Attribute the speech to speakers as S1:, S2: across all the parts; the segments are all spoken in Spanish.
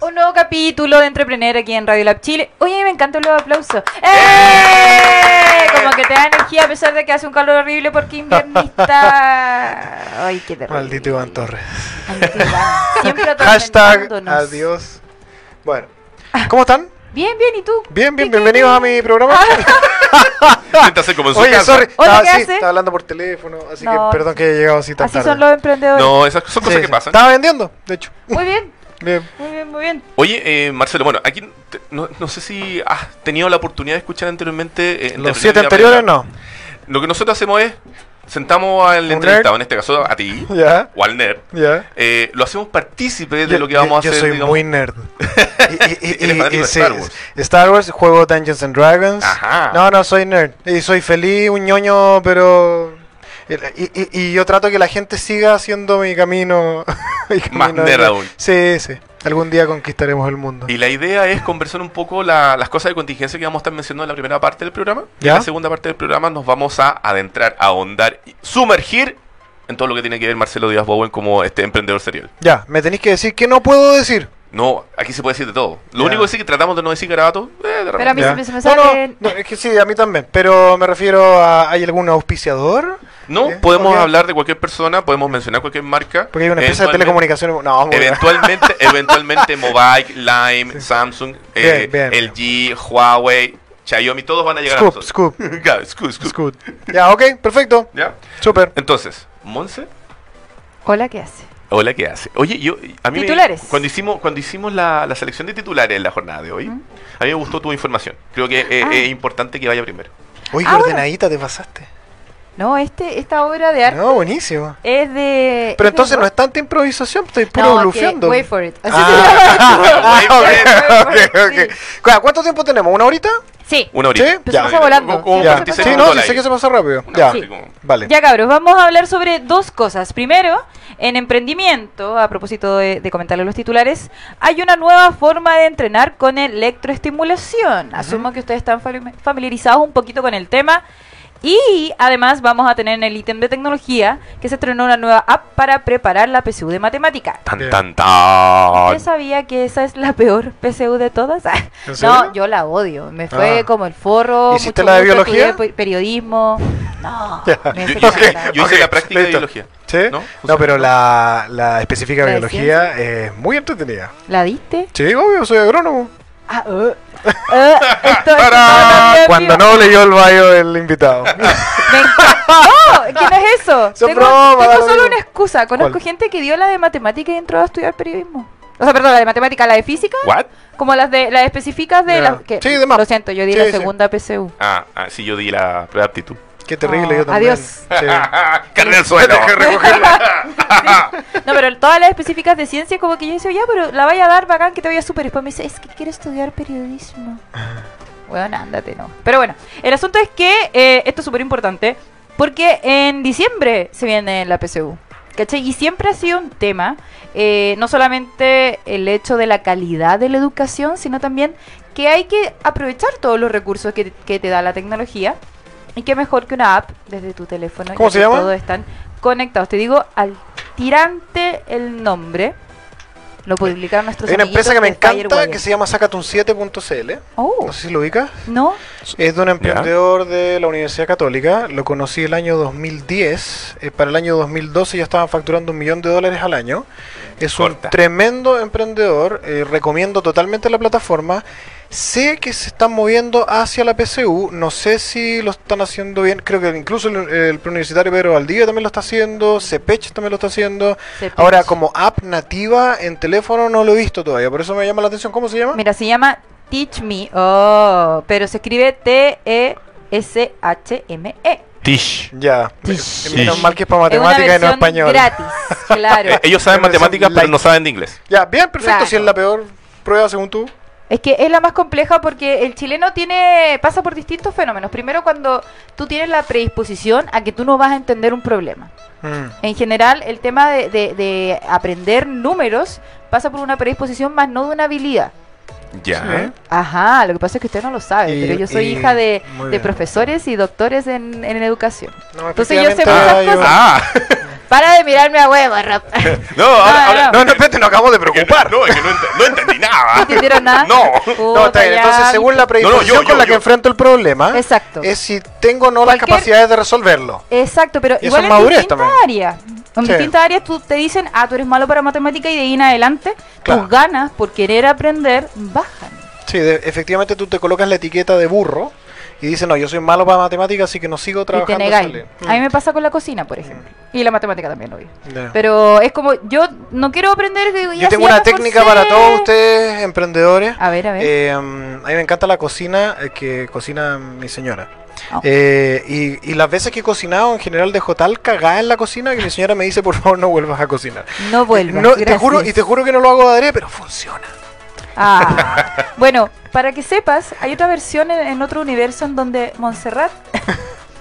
S1: un nuevo capítulo de Entrepreneur aquí en Radio Lab Chile. Oye, me encantan los aplausos. ¡Eh! Como que te da energía a pesar de que hace un calor horrible porque inviernista. Ay, qué terrible.
S2: Maldito Iván Torres.
S1: Maldito Iván. Siempre
S2: Hashtag
S1: atormentándonos.
S2: adiós. Bueno, ¿cómo están?
S1: Bien, bien, ¿y tú?
S2: Bien, bien, bienvenidos a mi programa.
S3: Siéntase como en su
S2: Ah, Oye,
S3: casa.
S2: sorry,
S1: Hola,
S2: estaba,
S1: ¿qué
S2: sí,
S1: hace?
S2: estaba hablando por teléfono, así
S1: No,
S2: que perdón que he llegado así tan
S1: Así
S2: tarde.
S1: son los emprendedores.
S3: No, esas son cosas
S2: Sí,
S3: que
S2: sí.
S3: pasan.
S2: Estaba vendiendo, de hecho.
S1: Muy bien,
S2: Bien.
S1: muy bien, muy bien.
S3: Oye, eh, Marcelo, bueno, aquí te- no, no sé si has tenido la oportunidad de escuchar anteriormente. eh,
S2: Los
S3: Entrepreneur
S2: siete
S3: y
S2: anteriores
S3: Aprenda.
S2: no.
S3: Lo que nosotros hacemos es sentamos al
S2: Un
S3: entrevistado,
S2: nerd.
S3: en este caso a ti
S2: Ya,
S3: o al nerd.
S2: ya.
S3: eh, lo hacemos partícipe de
S2: Yo-
S3: lo que vamos
S2: yo-
S3: a hacer.
S2: Yo soy
S3: digamos.
S2: muy nerd. Y- y- y-
S3: Eres
S2: y-
S3: fanático de
S2: y- sí,
S3: Star Wars.
S2: Star Wars, juego Dungeons and Dragons.
S3: Ajá.
S2: No, no, soy nerd. Y soy feliz, un ñoño, pero. Y, y- y yo trato que la gente siga haciendo mi camino. mi
S3: Más
S2: camino
S3: nerd
S2: de-
S3: aún.
S2: Sí, sí. Algún día conquistaremos el mundo.
S3: Y la idea es conversar un poco la- las cosas de contingencia que vamos a estar mencionando en la primera parte del programa. Y
S2: ¿Ya?
S3: en la segunda parte del programa nos vamos a adentrar, a ahondar, y sumergir en todo lo que tiene que ver Marcelo Díaz Bowen como este emprendedor serial.
S2: Ya, me tenéis que decir que no puedo decir.
S3: No, aquí se puede decir de todo. Lo
S2: Ya.
S3: único que sí que tratamos de no decir garabato, eh, de repente.
S1: Pero a mí
S2: Ya.
S1: siempre se me
S2: No, no,
S1: salen.
S2: no, es que sí, a mí también. Pero me refiero a. ¿Hay algún auspiciador?
S3: No,
S2: Eh,
S3: podemos
S2: ok.
S3: hablar de cualquier persona, podemos mencionar cualquier marca.
S2: Porque hay una empresa de
S3: Eventualmente-
S2: telecomunicaciones. No, vamos a-
S3: Eventualmente, eventualmente Mobike, Lime, Samsung, eh,
S2: Bien, bien,
S3: LG, Huawei, Xiaomi, todos van a llegar a
S2: Scoop,
S3: nosotros.
S2: scoop,
S3: Claro, scoop, scoop.
S2: scoop. Ya, ok, perfecto.
S3: ¿Ya?
S2: Súper.
S3: Entonces, Monse,
S1: Hola, ¿qué hace?
S3: hola, ¿qué hace? Oye, yo a mí me-
S1: Titulares.
S3: cuando hicimos cuando hicimos la, la selección de titulares en la jornada de hoy,
S1: ¿Mm?
S3: a mí me gustó tu información. Creo que eh,
S1: Ah.
S3: es importante que vaya primero.
S2: Uy, qué
S1: Ah, bueno.
S2: ordenadita te pasaste.
S1: No, este, esta obra de arte
S2: No, buenísimo.
S1: es de. es de
S2: Pero entonces no
S1: rock.
S2: es tanta improvisación, estoy
S1: No,
S2: puro
S1: que
S2: blufeando.
S1: Wait for it. Así
S2: Ah,
S3: Wait for it.
S2: ah,
S1: Wait
S2: ok,
S1: for it,
S2: ok. Cu- ¿Cuánto tiempo tenemos? ¿Una horita?
S1: Sí.
S3: Una horita.
S2: Sí,
S1: Pues ya. se pasa volando.
S3: Como- como
S1: Ya.
S3: 46
S2: Sí, no,
S3: minutos
S2: sí, sé
S3: al aire.
S2: que se pasa rápido.
S3: Una
S2: Ya,
S3: cosa así como-
S2: vale.
S1: Ya cabros, vamos a hablar sobre dos cosas. Primero, en emprendimiento, a propósito de, de comentarle los titulares, hay una nueva forma de entrenar con electroestimulación. Asumo que ustedes están fami- familiarizados un poquito con el tema. Y además vamos a tener en el ítem de tecnología que se estrenó una nueva app para preparar la PSU de matemática.
S3: Tan,
S2: Bien.
S3: tan, tan.
S1: ¿Usted sabía que esa es la peor PSU de todas?
S2: Ah.
S1: Ah,
S2: ¿En serio?
S1: no, yo la odio. Me fue
S2: Ah.
S1: como el forro.
S2: ¿Hiciste
S1: mucho
S2: la de
S1: gusto,
S2: biología?
S1: estudié pe- Periodismo. No. me
S3: Yo,
S1: fue
S3: yo hice,
S1: fatal.
S3: yo hice la
S2: Ok,
S3: práctica
S2: listo.
S3: de biología.
S2: ¿Sí?
S3: ¿No?
S2: No, pero la, la específica
S1: ¿La de
S2: biología es muy entretenida.
S1: ¿La diste?
S2: Sí, obvio, soy agrónomo.
S1: Ah, eh. Eh, esto es
S2: ¡Tarán!
S1: todo
S2: Cuando
S1: nervio.
S2: no leyó el bio del invitado.
S1: Me encanta. ¡No! ¿Qué no es eso?
S2: Son
S1: tengo
S2: bromas,
S1: tengo
S2: da lo
S1: solo
S2: mismo.
S1: una excusa. Conozco
S2: ¿Cuál?
S1: gente que dio la de matemática y entró a estudiar periodismo. O sea, perdón, la de matemática, la de física,
S3: ¿What?
S1: como las de las específicas de
S2: Ya.
S1: las que
S2: Sí, de map.
S1: Lo siento, yo di
S2: Sí,
S1: la
S2: sí.
S1: segunda PSU.
S3: Ah, ah, sí, yo di la prueba de aptitud. Ah,
S2: Qué terrible,
S1: Ah,
S2: yo también.
S1: adiós.
S2: Sí.
S3: Carré al suelo.
S1: No, pero todas las específicas de ciencia como que yo decía, ya, pero la vaya a dar bacán que te vaya súper. Y Después me dice, es que quiero estudiar periodismo. Bueno, ándate, no. Pero bueno, el asunto es que eh, esto es súper importante porque en diciembre se viene la PSU. ¿Cachai? Y siempre ha sido un tema, eh, no solamente el hecho de la calidad de la educación, sino también que hay que aprovechar todos los recursos que, que te da la tecnología. Y qué mejor que una app desde tu teléfono.
S2: ¿Cómo
S1: ya
S2: se
S1: que
S2: llama?
S1: Todos están conectados. Te digo al tirante el nombre. Lo publicaron nuestros
S2: Hay una
S1: amiguitos
S2: empresa que me
S1: de
S2: encanta
S1: Firewire.
S2: que se llama Sacatun7.cl.
S1: Oh,
S2: No sé si lo ubicas.
S1: ¿no?
S2: Es de un emprendedor de la Universidad Católica. Lo conocí el año 2010. Eh, para el año 2012 ya estaban facturando un millón de dólares al año. Es
S3: Corta.
S2: un tremendo emprendedor. eh, recomiendo totalmente la plataforma. Sé que se están moviendo hacia la PCU. No sé si lo están haciendo bien. Creo que incluso el, el preuniversitario Pedro Valdivia también lo está haciendo. Cepech también lo está haciendo.
S1: Se
S2: Ahora,
S1: pincha.
S2: como app nativa en teléfono no lo he visto todavía. Por eso me llama la atención. ¿Cómo se llama?
S1: Mira, se llama Teach Me. Oh, pero se escribe E T-E-S-H-M-E.
S3: Tish.
S2: Ya.
S1: Tish.
S2: Menos mal que es para
S1: Es E. una
S2: matemática y no
S1: versión
S2: español.
S1: gratis, claro.
S3: Eh, ellos saben
S2: Una versión
S3: matemáticas, pero
S2: light.
S3: no saben de inglés.
S2: Ya, bien, perfecto.
S1: Claro.
S2: Si es la peor prueba según tú.
S1: Es que es la más compleja porque el chileno tiene pasa por distintos fenómenos. Primero, cuando tú tienes la predisposición a que tú no vas a entender un problema.
S3: Mm.
S1: En general, el tema de, de- de aprender números pasa por una predisposición más no de una habilidad.
S2: ¿eh?
S3: Ya.
S1: Ajá, lo que pasa es que usted no lo sabe,
S2: Y-
S1: pero yo soy
S2: y-
S1: hija de,
S2: muy
S1: de
S2: bien.
S1: profesores y doctores en, en educación.
S2: No,
S1: Entonces Pues yo sé
S2: efectivamente
S1: muchas
S2: hay un-
S1: cosas.
S3: Ah,
S1: Para de mirarme a huevo, Rob.
S3: no, ahora, ahora-
S1: Ah,
S2: No, no, espérate, nos acabamos de preocupar.
S3: No, es que no, ent- no entendí nada.
S1: ¿No te dieron nada?
S3: No.
S2: No, está
S1: Puta,
S2: bien.
S1: ya,
S2: Entonces, según la
S1: viste.
S2: predisposición
S3: No, no, yo-
S2: con la
S3: yo-
S2: que
S3: yo.
S2: enfrento el problema,
S1: Exacto.
S2: es si tengo o no las
S1: Cualquier-
S2: capacidades de resolverlo.
S1: Exacto, pero
S2: eso
S1: igual
S2: es
S1: en
S2: madurez
S1: distintas
S2: también.
S1: áreas. En
S2: Sí.
S1: distintas áreas tú te dicen, ah, tú eres malo para matemática y de ahí en adelante
S2: Claro.
S1: tus ganas por querer aprender bajan.
S2: Sí, de- efectivamente tú te colocas la etiqueta de burro y dices, no, yo soy malo para matemáticas, así que no sigo
S1: Y te
S2: trabajando.
S1: negáis.
S2: sale".
S1: A mí me pasa con la cocina, por ejemplo. Y la matemática también, obvio.
S2: Ya.
S1: Pero es como, yo no quiero aprender. digo, ya,
S2: Mm. Yo tengo
S1: si ya
S2: una
S1: me
S2: técnica
S1: forcé.
S2: para todos ustedes, emprendedores.
S1: A ver, a ver.
S2: Eh, mm, a mí me encanta la cocina eh, que cocina mi señora.
S1: Oh.
S2: Eh, y, y las veces que he cocinado, en general dejo tal cagada en la cocina que mi señora me dice, por favor, no vuelvas a cocinar.
S1: no vuelvas.
S2: eh, No, te
S1: gracias.
S2: juro, y te juro que no lo hago de adrede, pero funciona.
S1: Ah. Bueno, para que sepas, hay otra versión en, en otro universo en donde Montserrat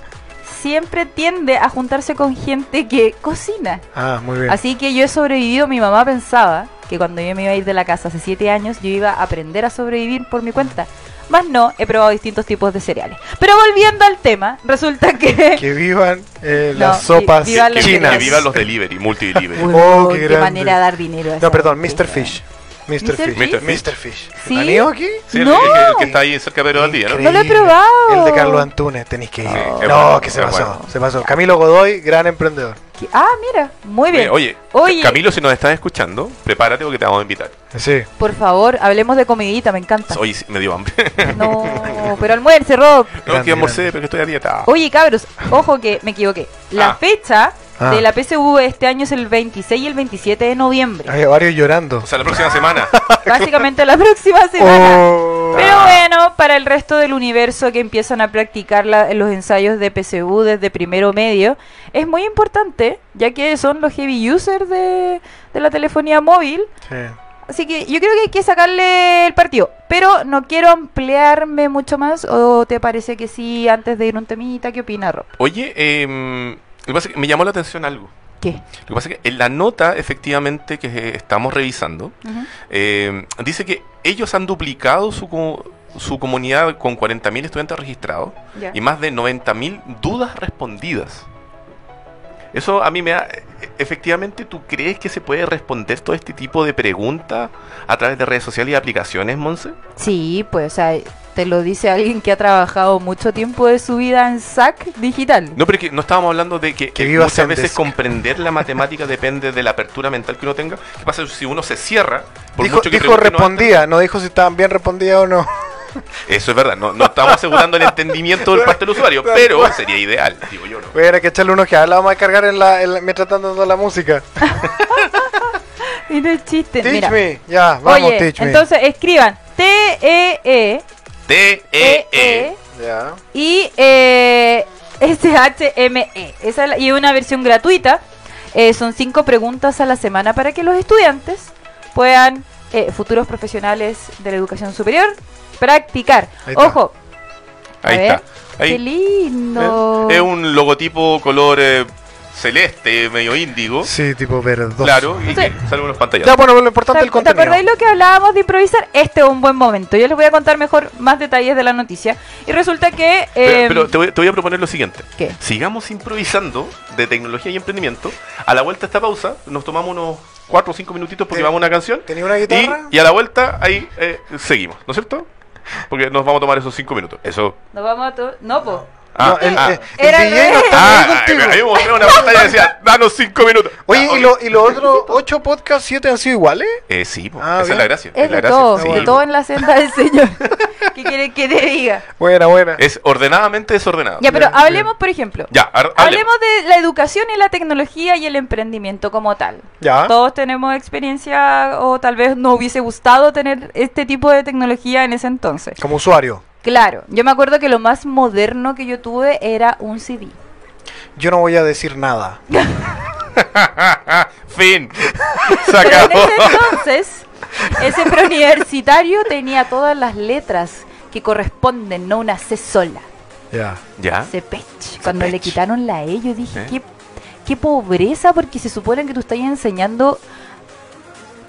S1: siempre tiende a juntarse con gente que cocina.
S2: Ah, muy bien.
S1: Así que yo he sobrevivido. Mi mamá pensaba que cuando yo me iba a ir de la casa hace siete años, yo iba a aprender a sobrevivir por mi cuenta. Más no, he probado distintos tipos de cereales. Pero volviendo al tema, resulta que.
S2: Que vivan eh,
S1: No,
S2: las
S1: vi-
S2: sopas
S1: viva
S3: Que,
S1: las
S3: que-
S2: chinas.
S3: que vivan los delivery, multi-delivery.
S1: Uy,
S2: Oh, qué
S1: qué,
S2: grande.
S1: manera de dar dinero. a esa
S2: No, perdón,
S1: gente,
S2: Mr. Fish. Mr.
S1: Mr.
S2: Fish.
S1: Fish.
S3: Mr. Fish.
S2: Mr. Fish.
S1: Sí.
S2: ¿Han ido aquí?
S3: Sí, el-
S1: ¡No!
S3: el, el que está ahí cerca de Pedro del Día, ¿no?
S1: Increíble. No lo he probado.
S2: El de Carlos Antunes, tenéis que ir.
S3: Sí, es
S2: no,
S3: bueno,
S2: que se
S3: es
S2: pasó,
S3: bueno.
S2: se pasó. Camilo Godoy, gran emprendedor.
S1: weón. Ah, mira, muy bien.
S3: Oye,
S1: Oye.
S3: Camilo, si nos estás escuchando, prepárate porque te vamos a invitar.
S2: Sí.
S1: Por favor, hablemos de comidita, me encanta.
S3: Oye, sí, me dio hambre.
S1: No, pero almuerce, Rob.
S3: no,
S2: Grande,
S3: que almorcé,
S2: grande.
S3: pero que estoy a dieta.
S1: Oye, cabros, ojo que me equivoqué. La
S3: Ah.
S1: fecha
S2: Ah.
S1: de la PSU este año es el 26 y el 27 de noviembre.
S2: Había varios llorando.
S3: O sea, la próxima semana.
S1: Básicamente la próxima semana.
S2: Oh.
S1: Pero bueno, para el resto del universo que empiezan a practicar la- los ensayos de PSU desde primero medio, es muy importante, ya que son los heavy users de, de la telefonía móvil.
S2: Sí.
S1: Así que yo creo que hay que sacarle el partido. Pero no quiero ampliarme mucho más. ¿O te parece que sí, antes de ir un temita? ¿Qué opina Rob?
S3: Oye, em, lo que pasa es que me llamó la atención algo.
S1: ¿Qué?
S3: Lo que pasa es que en la nota, efectivamente, que eh, estamos revisando, eh, dice que ellos han duplicado su, co- su comunidad con 40.000 estudiantes registrados
S1: Ya.
S3: y más de 90.000 dudas respondidas. Eso a mí me da... e- Efectivamente, ¿tú crees que se puede responder todo este tipo de preguntas a través de redes sociales y aplicaciones, Monse?
S1: Sí, pues, o sea, te lo dice alguien que ha trabajado mucho tiempo de su vida en SAC digital.
S3: No, pero es que no estábamos hablando de que,
S2: Que
S3: que
S2: viva
S3: muchas
S2: Zendesk.
S3: veces comprender la matemática depende de la apertura mental que uno tenga. ¿Qué pasa si uno se cierra? Por
S2: Dijo,
S3: mucho que
S2: dijo
S3: pregunte, no va a
S2: respondía, no dijo si estaban bien respondida o no.
S3: entender. Eso es verdad, no, no estamos asegurando el entendimiento del parte del usuario, pero sería ideal, digo yo. ¿no?
S2: Bueno, hay que echarle unos que la vamos a cargar en la, en la- mientras están dando la música.
S1: Y no es chiste.
S2: Teach
S1: Mira.
S2: me. Ya, vamos,
S1: Oye,
S2: teach me.
S1: entonces escriban E T-E-E-E-E
S3: T, E, E.
S2: Ya.
S1: y eh, SHME. E. Esa es la- y una versión gratuita. Eh, son cinco preguntas a la semana para que los estudiantes puedan, eh, futuros profesionales de la educación superior, practicar.
S2: Ahí está.
S1: Ojo,
S3: Ahí
S1: A ver,
S3: está.
S1: qué
S3: Ahí.
S1: lindo.
S3: ¿Eh? Es un logotipo color eh, celeste, medio índigo.
S2: Sí, tipo verdoso.
S3: Claro, y
S1: Entonces-
S3: que salen unos pantallazos.
S2: Ya, bueno, lo importante es el
S1: ¿Te- ¿Te
S2: contenido.
S1: acordáis lo que hablábamos de improvisar? Este es un buen momento. Yo les voy a contar mejor más detalles de la noticia. Y resulta que.
S3: Pero,
S1: em,
S3: pero te, voy, te voy a proponer lo siguiente.
S1: ¿Qué?
S3: Sigamos improvisando de tecnología y emprendimiento. A la vuelta de esta pausa, nos tomamos unos 4 o 5 minutitos porque
S2: Eh,
S3: vamos a una canción.
S2: ¿Tenía una
S3: Y,
S2: guitarra?
S3: y a la vuelta ahí eh, seguimos, ¿no es cierto? Porque nos vamos a tomar esos 5 minutos. Eso.
S1: Nos vamos a. to- No, po.
S3: Ah,
S2: No, el,
S3: ah,
S2: el- el
S1: Era al
S2: DJ no
S1: revés.
S2: está
S3: ah,
S2: ahí
S3: ah,
S2: contigo.
S3: ahí me mostré una pantalla que decía, danos 5 minutos.
S2: Oye,
S3: Ah, ok.
S2: ¿y, lo, ¿y los otros ocho podcasts, siete han sido iguales?
S3: Eh, sí, po,
S2: Ah,
S3: esa
S2: bien.
S3: es la gracia.
S1: Es
S3: es Eh, la
S1: de
S3: gracia,
S1: todo,
S3: sí.
S1: de todo en la senda del Señor. ¿Qué quiere que te diga?
S2: Buena, buena.
S3: Es ordenadamente desordenado.
S1: Ya, pero
S2: Bien,
S1: hablemos, por ejemplo.
S3: Ya, ahora
S1: Hablemos
S3: hablemos.
S1: de la educación y la tecnología y el emprendimiento como tal.
S3: ¿Ah?
S2: Ya.
S1: Todos tenemos experiencia o tal vez nos hubiese gustado tener este tipo de tecnología en ese entonces.
S2: Como usuario.
S1: Claro, yo me acuerdo que lo más moderno que yo tuve era un CD.
S2: Yo no voy a decir nada.
S3: fin. Se
S1: Pero en
S3: acabó.
S1: ese entonces, ese preuniversitario tenía todas las letras que corresponden, no una C sola.
S2: Ya.
S3: Ya.
S1: Cepech. Cuando le
S3: Cepech.
S1: quitaron la E, yo dije,
S3: ¿Eh?
S1: qué, qué pobreza, porque se supone que tú estás enseñando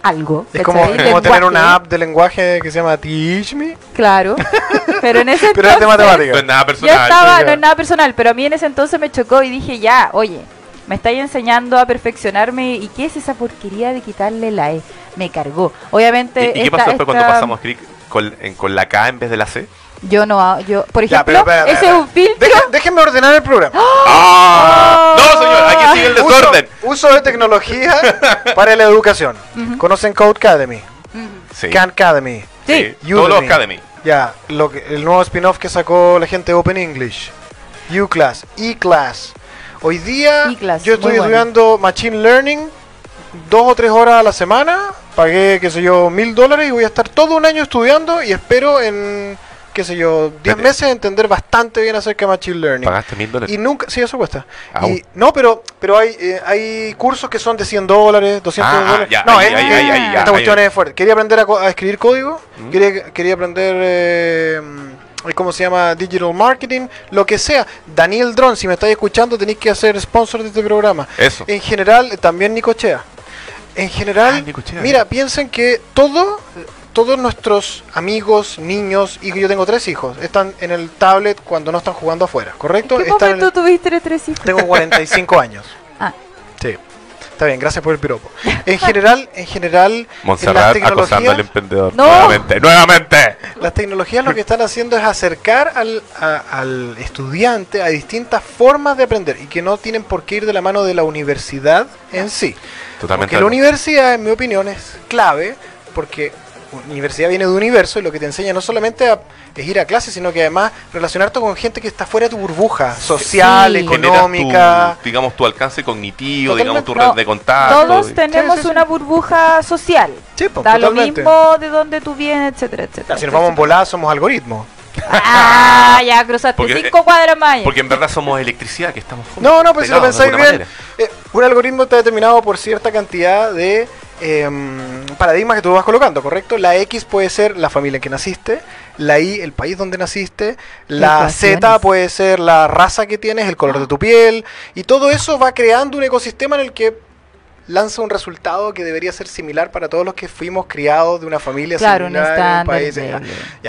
S1: algo.
S2: Es como,
S1: ¿cachai?
S2: es como tener
S1: Lenguaje,
S2: una app de lenguaje que se llama Teach Me.
S1: Claro. Pero en ese
S2: Pero es de
S1: entonces-
S3: No es
S2: matemática.
S3: nada
S1: yo
S3: personal.
S1: estaba,
S2: ya.
S1: no es nada personal, pero a mí en ese entonces me chocó y dije, ya, oye, me estáis enseñando a perfeccionarme y qué es esa porquería de quitarle la E. me cargó. Obviamente.
S3: ¿Y, y qué
S1: este, esta-
S3: pasó después cuando
S1: esta-
S3: pasamos clic con, en- con la K en vez de la C?
S1: Yo no. ha- yo Por
S2: Ya,
S1: ejemplo,
S2: pero, espera, espera,
S1: ese es un
S2: espera.
S1: filtro.
S2: Deje- déjenme ordenar el programa.
S3: ¡Ah! No, señor, aquí sigue el
S2: Uso-
S3: desorden.
S2: Uso, de tecnología para la educación. ¿Conocen Codecademy?
S1: Mm,
S3: Sí,
S2: Khan
S1: Sí.
S3: sí, todos los Academy.
S2: Ya, lo que- el nuevo spin-off que sacó la gente de Open English. U-Class, E-Class. Hoy día
S1: E-Class,
S2: yo estoy
S1: muy bueno.
S2: estudiando Machine Learning dos o tres horas a la semana. Pagué, qué sé yo, mil dólares y voy a estar todo un año estudiando y espero en, qué sé yo, diez
S3: Espérate.
S2: meses entender bastante bien acerca de Machine Learning.
S3: Pagaste mil dólares. Ah,
S2: Y nunca, sí, eso cuesta.
S3: Au.
S2: Y- no, pero pero hay eh, hay cursos que son de 100 dólares, 200
S3: Ah, ah,
S2: dólares.
S3: ya,
S2: no,
S3: ahí,
S2: es
S1: ahí,
S2: que
S1: ahí, ahí, ya,
S2: esta
S3: ahí,
S2: cuestión
S3: ahí.
S2: es fuerte. Quería aprender a, co- a escribir código,
S3: ¿Mm?
S2: quería, quería aprender, eh, mm, ¿cómo se llama? Digital marketing, lo que sea. Daniel Dron, si me estáis escuchando, tenéis que hacer sponsor de este programa.
S3: Eso.
S2: En general, eh, también Nicochea. En
S3: Ah,
S2: general,
S3: Nicochea,
S2: mira,
S3: ya.
S2: piensen que todo, todos nuestros amigos, niños, hijos, yo tengo tres hijos, están en el tablet cuando no están jugando afuera,
S1: ¿En
S2: ¿correcto?
S1: qué
S2: Están en el-
S1: momento tuviste tres hijos?
S2: tengo 45 años.
S1: Ah.
S2: Sí. Está bien, gracias por el piropo. En general, en general, en las
S3: Montserrat acosando
S2: tecnologías,
S3: al emprendedor.
S1: No.
S3: Nuevamente, nuevamente.
S2: las tecnologías lo que están haciendo es acercar al, a- al estudiante a distintas formas de aprender y que no tienen por qué ir de la mano de la universidad en sí.
S3: Totalmente.
S2: Porque la
S3: de acuerdo.
S2: universidad, en mi opinión, es clave porque universidad viene de universo y lo que te enseña no solamente a- es ir a clase, sino que además relacionarte con gente que está fuera de tu burbuja social,
S1: Sí.
S3: Generas
S2: económica.
S3: tu, digamos, tu alcance cognitivo, digamos,
S2: Totalmente.
S3: tu
S1: No,
S3: red de contacto.
S1: Todos
S3: y-
S1: tenemos
S2: Sí, sí, sí.
S1: una burbuja social.
S2: Sí, pues,
S1: da lo
S2: totalmente.
S1: mismo de dónde tú vienes, etcétera, etcétera.
S3: pues,
S2: Si nos vamos en
S1: etcétera.
S2: volada, somos algoritmos.
S1: Ah, ya cruzaste
S3: Porque-
S1: cinco cuadras más.
S3: Porque en verdad somos electricidad, que estamos juntos,
S2: No, pues no, pero si lo
S3: pegados de
S2: pensáis
S3: alguna
S2: bien,
S3: manera.
S2: eh, un algoritmo está determinado por cierta cantidad de em, paradigmas que tú vas colocando, ¿correcto? La X puede ser la familia en que naciste, la Y el país donde naciste, la
S1: Ecuaciones.
S2: Z puede ser la raza que tienes, el color de tu piel, y todo eso va creando un ecosistema en el que lanza un resultado que debería ser similar para todos los que fuimos criados de una familia
S1: Claro, un
S2: similar, en un
S1: estándar.
S2: país,
S1: de-
S2: ya.